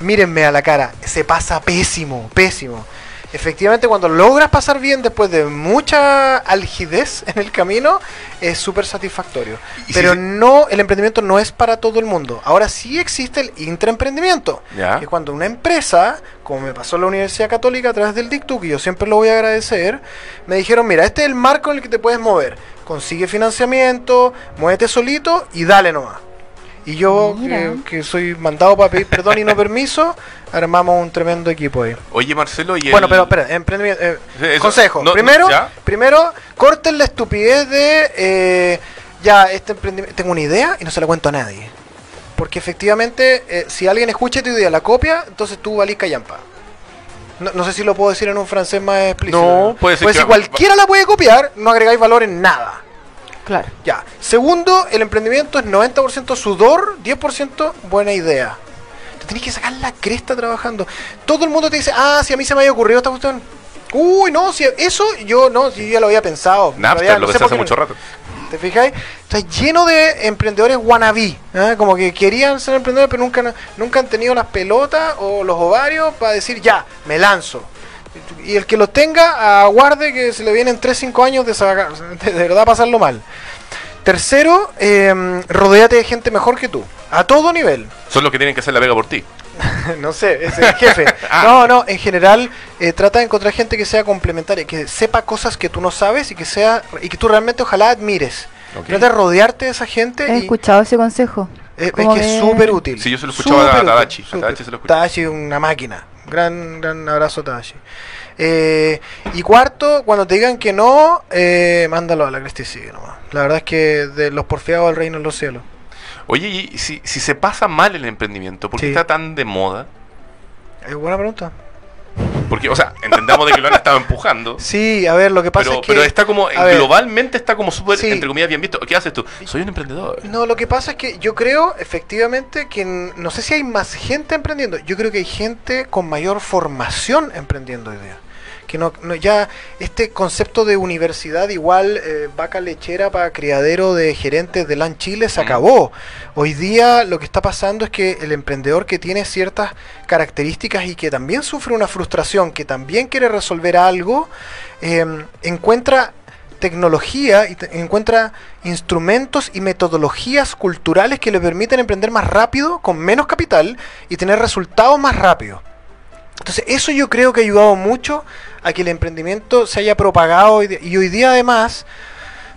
S2: Mírenme a la cara, se pasa pésimo, pésimo. Efectivamente, cuando logras pasar bien después de mucha algidez en el camino, es súper satisfactorio.
S3: Y si
S2: Pero
S3: se-
S2: no, el emprendimiento no es para todo el mundo. Ahora sí existe el intraemprendimiento.
S3: Ya.
S2: que es cuando una empresa, como me pasó en la Universidad Católica a través del DICTU, que yo siempre lo voy a agradecer, me dijeron, mira, este es el marco en el que te puedes mover. Consigue financiamiento, muévete solito y dale nomás. Y yo,
S1: Mira.
S2: que, que soy mandado para pedir perdón y no permiso, armamos un tremendo equipo ahí.
S3: Oye, Marcelo, y
S2: Bueno,
S3: el-
S2: pero espera, emprendimiento. eh,
S3: Sí, eso-
S2: consejo.
S3: no, no,
S2: primero,
S3: ¿ya?
S2: primero, corten la estupidez de. eh, ya, este emprendimiento. Tengo una idea y no se la cuento a nadie. Porque efectivamente, eh, si alguien escucha tu idea, la copia, entonces tú valís callampa. No, no sé si lo puedo decir en un francés más explícito.
S3: No, puede ser
S2: Pues
S3: que-
S2: si cualquiera la puede copiar, no agregáis valor en nada.
S1: Claro.
S2: Ya. Segundo, el emprendimiento es 90% sudor, 10% buena idea. Te tenés que sacar la cresta trabajando. Todo el mundo te dice, ah, si a mí se me había ocurrido esta cuestión. Uy, no, si eso yo no, si yo ya lo había pensado.
S3: Napster,
S2: Todavía
S3: lo
S2: no
S3: que
S2: sé
S3: se
S2: por
S3: hace
S2: qué
S3: mucho
S2: no".
S3: rato.
S2: ¿Te fijáis? Está lleno de emprendedores wannabe, ¿eh? como que querían ser emprendedores, pero nunca, nunca han tenido las pelotas o los ovarios para decir, ya, me lanzo. Y el que lo tenga, aguarde que se le vienen 3-5 años de, sacar- de, de verdad pasarlo mal. Tercero, eh, rodéate de gente mejor que tú, a todo nivel.
S3: Son los que tienen que hacer la vega por ti.
S2: no sé, es el jefe.
S3: Ah.
S2: No, no, en general eh, trata de encontrar gente que sea complementaria, que sepa cosas que tú no sabes y que sea y que tú realmente ojalá admires.
S3: Ok.
S2: Trata de rodearte de esa gente.
S4: He
S2: y-
S4: escuchado ese consejo.
S2: eh, es
S4: como
S2: que es
S4: de-
S2: súper útil.
S3: Sí, yo se lo escuchaba
S2: Súper
S3: a
S2: útil,
S3: Tadashi. A
S2: súper.
S3: Tadashi se lo escuché.
S2: Tadashi es una máquina. Gran, gran abrazo, Tadashi. Eh, y cuarto, cuando te digan que no, eh, mándalo a la cresta y sigue nomás. La verdad es que de los porfiados al reino de los cielos.
S3: Oye, y si, si se pasa mal el emprendimiento, ¿por qué
S2: Sí.
S3: está tan de moda?
S2: Es buena pregunta.
S3: Porque, o sea, entendamos de que lo han estado empujando.
S2: Sí, a ver, lo que pasa
S3: Pero,
S2: es que.
S3: pero está como,
S2: a ver.
S3: globalmente está como súper,
S2: Sí.
S3: entre comillas, bien visto. ¿Qué haces tú? Soy un emprendedor.
S2: No, lo que pasa es que yo creo, efectivamente, que n- no sé si hay más gente emprendiendo. Yo creo que hay gente con mayor formación emprendiendo hoy día. Que no, no- ya este concepto de universidad igual eh, vaca lechera para criadero de gerentes de LAN Chile se
S3: Mm.
S2: acabó. Hoy día lo que está pasando es que el emprendedor que tiene ciertas características y que también sufre una frustración, que también quiere resolver algo, eh, encuentra tecnología y te- encuentra instrumentos y metodologías culturales que le permiten emprender más rápido, con menos capital y tener resultados más rápido. Entonces eso yo creo que ha ayudado mucho a que el emprendimiento se haya propagado y, de- y hoy día además,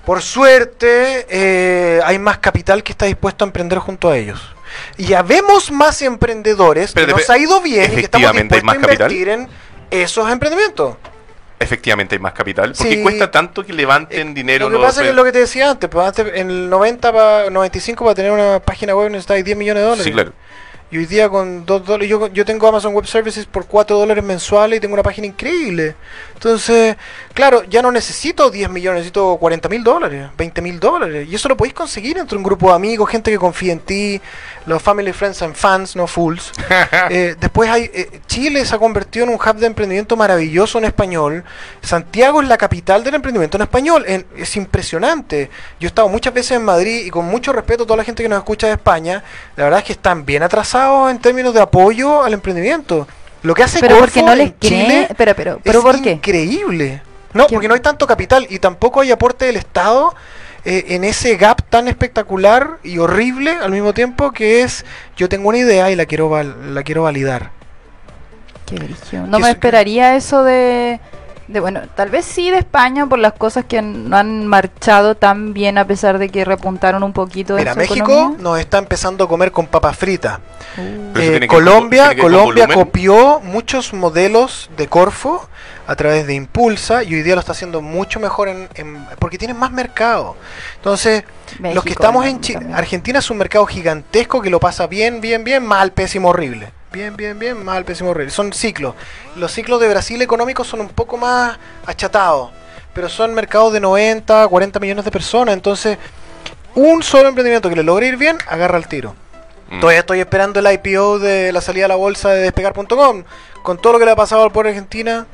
S2: por suerte, eh, hay más capital que está dispuesto a emprender junto a ellos. Y ya vemos más emprendedores que
S3: Espérate,
S2: nos
S3: espérate.
S2: ha ido bien y que estamos
S3: ¿Efectivamente hay
S2: dispuestos a
S3: más capital?
S2: invertir en esos emprendimientos.
S3: Efectivamente hay más capital. Porque
S2: Sí.
S3: cuesta tanto que levanten
S2: Eh,
S3: dinero.
S2: Lo que
S3: los-
S2: pasa es que lo que te decía antes, pues antes en el 90 pa- 95 para tener una página web necesitáis 10 millones de dólares.
S3: Sí, claro.
S2: Y hoy día con 2 dólares, yo, yo tengo Amazon Web Services por 4 dólares mensuales y tengo una página increíble. Entonces, claro, ya no necesito 10 millones, necesito 40 mil dólares, 20 mil dólares. Y eso lo podéis conseguir entre un grupo de amigos, gente que confía en ti, los family, friends and fans, no fools. Eh, después hay, eh, Chile se ha convertido en un hub de emprendimiento maravilloso en español. Santiago es la capital del emprendimiento en español. En- es impresionante. Yo he estado muchas veces en Madrid y con mucho respeto a toda la gente que nos escucha de España, la verdad es que están bien atrasados en términos de apoyo al emprendimiento. Lo que hace
S4: Pero porque
S2: Corfo
S4: no
S2: en
S4: les creen.
S2: Chile
S4: Pero, pero, pero
S2: es
S4: ¿por qué?
S2: increíble. No,
S4: ¿Qué?
S2: porque no hay tanto capital y tampoco hay aporte del Estado eh, en ese gap tan espectacular y horrible al mismo tiempo que es yo tengo una idea y la quiero val- la quiero validar.
S4: Qué brígido. No
S2: Que
S4: me
S2: eso-
S4: esperaría eso de, de, bueno, tal vez sí de España por las cosas que no han marchado tan bien a pesar de que repuntaron un poquito. en
S2: Mira,
S4: su
S2: México
S4: economía.
S2: nos está empezando a comer con papas fritas.
S4: Uh,
S3: Pero eso
S2: Eh,
S3: tiene que ver con-
S2: Colombia,
S3: tiene que ver con
S2: Colombia
S3: volumen.
S2: copió muchos modelos de Corfo a través de Impulsa y hoy día lo está haciendo mucho mejor en, en- porque tienen más mercado. Entonces, los
S4: México,
S2: que estamos en
S4: ¿no?
S2: Chi-
S4: También.
S2: Argentina es un mercado gigantesco que lo pasa bien, bien, bien, mal, pésimo, horrible. Bien, bien, bien, mal, pésimo, horrible. Son ciclos. Los ciclos de Brasil económicos son un poco más achatados, pero son mercados de 90, 40 millones de personas. Entonces, un solo emprendimiento que le logre ir bien, agarra el tiro.
S3: Mm.
S2: Todavía estoy esperando el IPO de la salida a la bolsa de despegar.com. Con todo lo que le ha pasado al pobre Argentina,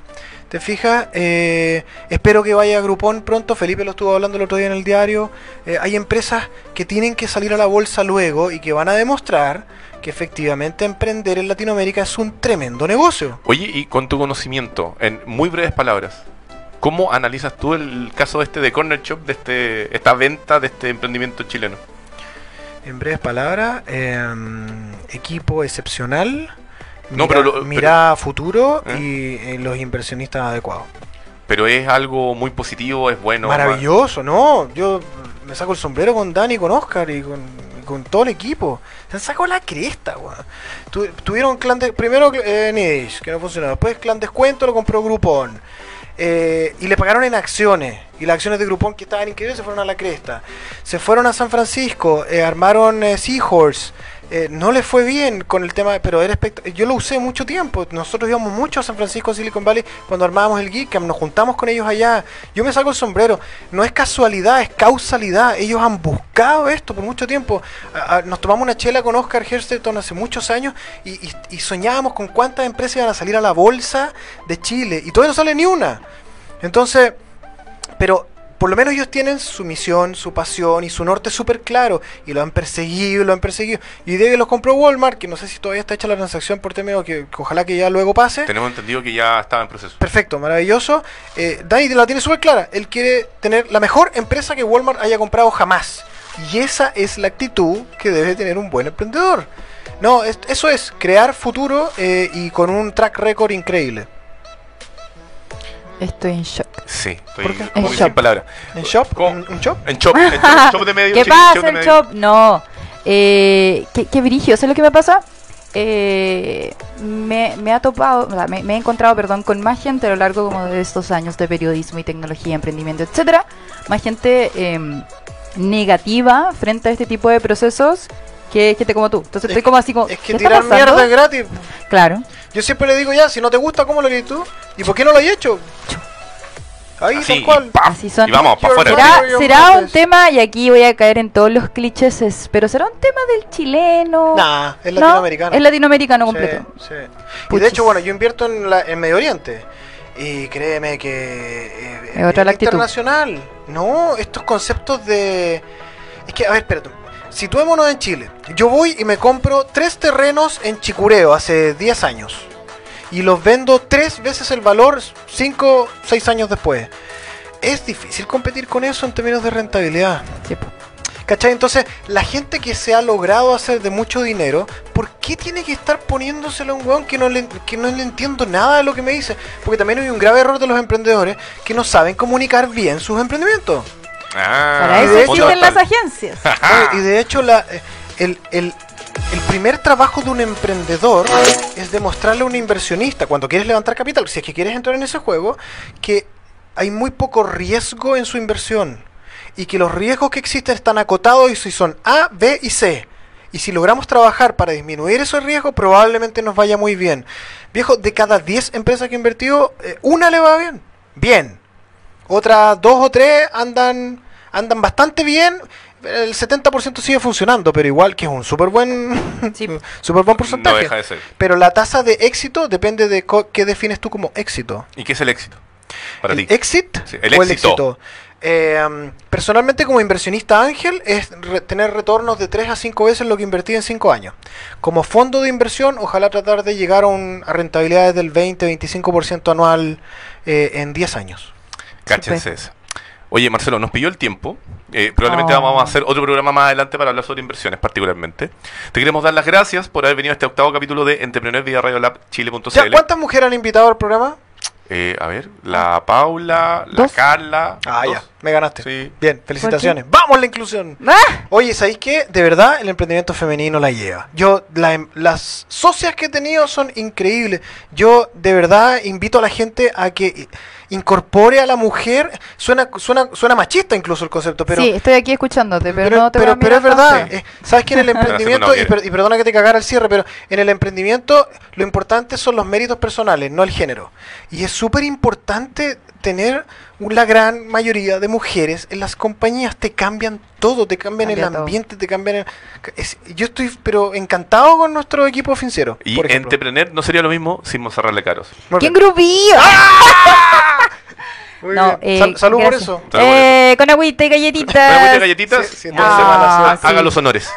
S2: ¿te fijas? Eh, espero que vaya a Groupon pronto. Felipe lo estuvo hablando el otro día en el diario. Eh, hay empresas que tienen que salir a la bolsa luego y que van a demostrar que efectivamente emprender en Latinoamérica es un tremendo negocio.
S3: Oye, y con tu conocimiento, en muy breves palabras, ¿cómo analizas tú el caso este de Corner Shop, de este, esta venta de este emprendimiento chileno?
S2: En breves palabras, em, equipo excepcional.
S3: No,
S2: mira-
S3: pero lo- pero-
S2: mirada a futuro
S3: ¿Eh?
S2: y eh, los inversionistas adecuados.
S3: Pero es algo muy positivo, es bueno.
S2: Maravilloso, ¿no? Yo me saco el sombrero con Dani, con Oscar y con, y con todo el equipo. Se han sacado la cresta, weón. Tu- tuvieron clan de- primero eh, Niche, que no funcionó. Después clan descuento, lo compró Groupon. Eh, y le pagaron en acciones. Y las acciones de Groupon que estaban increíbles se fueron a la cresta. Se fueron a San Francisco, eh, armaron eh, Seahorse. Eh, no les fue bien con el tema, pero era espect- yo lo usé mucho tiempo. Nosotros íbamos mucho a San Francisco, Silicon Valley, cuando armábamos el Geek Camp, nos juntamos con ellos allá. Yo me saco el sombrero. No es casualidad, es causalidad. Ellos han buscado esto por mucho tiempo. A- a- nos tomamos una chela con Oscar Hersteton hace muchos años y, y- y soñábamos con cuántas empresas iban a salir a la bolsa de Chile. Y todavía no sale ni una. Entonces, pero por lo menos ellos tienen su misión, su pasión y su norte súper claro. Y lo han perseguido, lo han perseguido. Y de que los compró Walmart, que no sé si todavía está hecha la transacción por término, que, que ojalá que ya luego pase.
S3: Tenemos entendido que ya estaba en proceso.
S2: Perfecto, maravilloso. Eh, Dani la tiene súper clara. Él quiere tener la mejor empresa que Walmart haya comprado jamás. Y esa es la actitud que debe tener un buen emprendedor. No, es- eso es, crear futuro eh, y con un track record increíble.
S1: Estoy en shock.
S3: Sí, estoy
S2: ¿Por qué?
S3: como
S1: En
S3: que
S1: shop.
S3: sin palabras.
S2: ¿En shop?
S3: ¿Cómo?
S2: ¿Un, un shop?
S3: En chop, en chop, chop de
S1: Ah,
S3: medio.
S1: ¿Qué
S3: sí, chop
S1: pasa
S3: de
S1: el
S3: medio.
S1: shop? No. Eh, ¿Qué, qué brillo? ¿Sabes lo que me pasa? Eh, me, me ha topado, o sea, me, me he encontrado, perdón, con más gente a lo largo como de estos años de periodismo y tecnología, emprendimiento, etcétera. Más gente em, negativa frente a este tipo de procesos que gente como tú. Entonces
S2: Es
S1: estoy
S2: que-
S1: como así como.
S2: Es
S1: ¿qué
S2: que
S1: está
S2: tirar
S1: pasando?
S2: mierda es gratis.
S1: Claro.
S2: Yo siempre le digo ya, si no te gusta, ¿cómo lo harías tú? ¿Y por qué no lo has hecho? Ahí,
S3: Así,
S2: tal cual.
S3: y ¡pam!
S1: Así son.
S3: Y vamos, para afuera.
S1: ¿Será,
S2: Pero-
S1: será un tema, y aquí voy a caer en todos los clichés, es- pero será un tema del chileno.
S2: Nah, es
S1: No,
S2: latinoamericano.
S1: Es latinoamericano
S2: Sí,
S1: completo.
S2: sí. Y de
S1: Puchis.
S2: hecho, bueno, yo invierto en, la, en Medio Oriente. Y créeme que. eh,
S1: Es otra la actitud.
S2: internacional. No, estos conceptos de. Es que, a ver, espérate. Situémonos en Chile. Yo voy y me compro tres terrenos en Chicureo hace 10 años. Y los vendo tres veces el valor 5, 6 años después. Es difícil competir con eso en términos de rentabilidad.
S1: Sí, po.
S2: ¿Cachai? Entonces, la gente que se ha logrado hacer de mucho dinero, ¿por qué tiene que estar poniéndoselo a un weón que no, le, que no le entiendo nada de lo que me dice? Porque también hay un grave error de los emprendedores que no saben comunicar bien sus emprendimientos.
S3: Ah,
S1: Para eso
S2: de hecho-
S1: existen las
S3: Ajá.
S1: agencias.
S2: Y de hecho, la, eh, el, el- el primer trabajo de un emprendedor es demostrarle a un inversionista, cuando quieres levantar capital, si es que quieres entrar en ese juego, que hay muy poco riesgo en su inversión. Y que los riesgos que existen están acotados y si son A, B y C. Y si logramos trabajar para disminuir esos riesgos, probablemente nos vaya muy bien. Viejo, de cada 10 empresas que he invertido, eh, una le va bien. Bien. Otras dos o tres andan, andan bastante bien. El 70% sigue funcionando, pero igual que es un súper buen,
S1: Sí.
S2: súper buen
S3: No
S2: porcentaje.
S3: deja de ser.
S2: Pero la tasa de éxito depende de co- qué defines tú como éxito.
S3: ¿Y qué es el éxito? Para
S2: ¿El
S3: ti.
S2: exit
S3: Sí, el
S2: o
S3: éxito.
S2: Eh, um, personalmente como inversionista ángel es re- tener retornos de 3 a 5 veces lo que invertí en 5 años. Como fondo de inversión, ojalá tratar de llegar a, un, a rentabilidades del 20-25% anual eh, en 10 años.
S3: Cáchense esa. Oye, Marcelo, nos pilló el tiempo. Eh, probablemente
S1: Oh.
S3: vamos a hacer otro programa más adelante para hablar sobre inversiones, particularmente. Te queremos dar las gracias por haber venido a este octavo capítulo de Entrepreneur vía Radio Lab
S2: Ya,
S3: Chile.cl.
S2: ¿Cuántas mujeres han invitado al programa?
S3: Eh, a ver, la Paula, la
S1: Dos.
S3: Carla.
S2: Ah,
S3: dos.
S2: ya, me ganaste.
S3: Sí.
S2: Bien, felicitaciones. ¡Vamos a la inclusión!
S1: Ah,
S2: Oye, ¿sabéis qué? De verdad, el emprendimiento femenino la lleva. Yo, la em- las socias que he tenido son increíbles. Yo, de verdad, invito a la gente a que i- incorpore a la mujer. Suena, suena, suena machista incluso el concepto, pero...
S1: sí, estoy aquí escuchándote, pero,
S2: pero,
S1: no te voy
S2: pero-
S1: a mirar
S2: pero es verdad,
S1: tanto.
S2: eh, sabes que en el emprendimiento,
S3: Haciendo
S2: y,
S3: una
S2: per- y perdona que te cagara el cierre, pero en el emprendimiento lo importante son los méritos personales, no el género. Y es súper importante tener la gran mayoría de mujeres en las compañías, te cambian todo, te cambian
S1: Cambia
S2: el
S1: todo.
S2: ambiente, te cambian... el- es- yo estoy pero encantado con nuestro equipo financiero.
S3: Y
S2: por ejemplo.
S3: Entrepreneur no sería lo mismo sin Monserrat Lecaros.
S2: Muy
S1: ¡Qué
S2: bien.
S1: grubillo!
S2: Ah, Muy
S1: No,
S2: bien.
S1: eh,
S2: Sal- salud por
S1: gracias.
S2: eso.
S3: Salud por
S1: Eh, con agüita y
S3: Pero
S1: galletitas.
S3: mete galletitas,
S2: sí, sí,
S3: entonces,
S1: ah,
S3: ha- haga
S1: sí.
S3: los honores.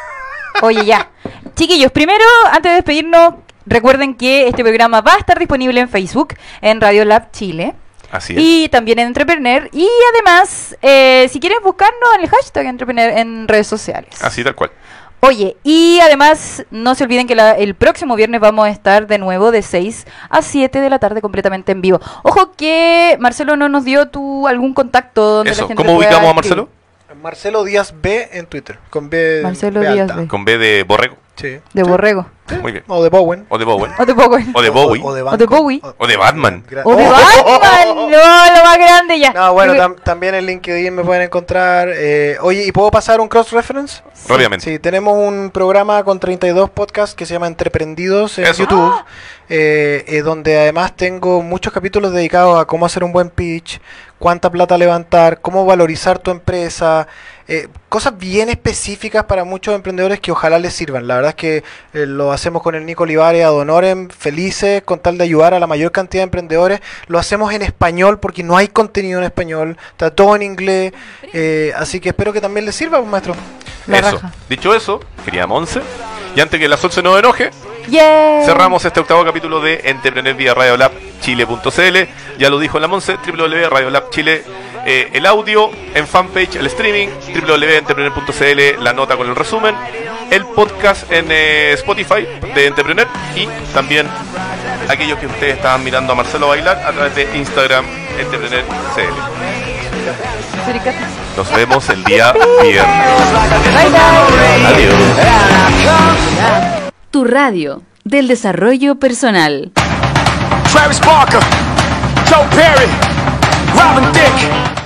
S1: Oye, ya. Chiquillos, primero, antes de despedirnos, recuerden que este programa va a estar disponible en Facebook, en Radio Lab Chile.
S3: Así es.
S1: Y también en Entrepreneur. Y además, eh, si quieren buscarnos en el hashtag Entrepreneur en redes sociales.
S3: Así tal cual.
S1: Oye, y además no se olviden que la- el próximo viernes vamos a estar de nuevo de 6 a 7 de la tarde completamente en vivo. Ojo que Marcelo no nos dio tú algún contacto donde la
S3: Eso,
S1: gente
S3: ¿cómo
S1: te pueda
S3: ubicamos a
S1: escribir.
S3: Marcelo?
S2: Marcelo Díaz B en Twitter, con B,
S1: Marcelo
S2: B
S1: Díaz
S2: alta.
S1: B.
S3: Con B de Borrego.
S2: Sí.
S1: De Borrego.
S3: Muy bien.
S2: O de Bowen.
S3: O de Bowen.
S1: O de Bowie.
S3: O de Bowie.
S2: O de,
S1: O de
S2: Banco.
S1: Bowie.
S3: O de Batman.
S2: Gra-
S1: O de
S2: Oh.
S1: Batman. No, lo más grande ya.
S2: No, bueno, tam- también en LinkedIn me pueden encontrar. eh, oye, ¿y puedo pasar un cross-reference?
S3: Rápidamente.
S2: Sí, tenemos un programa con 32 podcasts que se llama Entreprendidos en
S3: Eso.
S2: YouTube, eh, eh, donde además tengo muchos capítulos dedicados a cómo hacer un buen pitch, cuánta plata levantar, cómo valorizar tu empresa, eh, cosas bien específicas para muchos emprendedores que ojalá les sirvan. La verdad es que eh, lo hacemos con el Nico Olivares, Adonorem, felices con tal de ayudar a la mayor cantidad de emprendedores. Lo hacemos en español porque no hay contenido en español, está todo en inglés. eh, así que espero que también les sirva, pues, maestro.
S4: La
S3: eso.
S4: raja.
S3: Dicho eso, queríamos 11. Y antes que las 11 nos enoje,
S4: ¡Yay!
S3: cerramos este octavo capítulo de Entrepreneur vía Radiolab Chile.cl. Ya lo dijo la Monse, www.radiolab Chile. eh, el audio en fanpage, el streaming, www.entrepreneur.cl, la nota con el resumen, el podcast en eh, Spotify de Entrepreneur y también aquellos que ustedes estaban mirando a Marcelo bailar a través de Instagram Entrepreneur CL.
S4: Suricata.
S3: Nos vemos el día viernes.
S4: Bye, bye.
S3: Adiós.
S5: Tu radio del desarrollo personal.
S6: Travis Barker, Joe Perry, Robin Dick,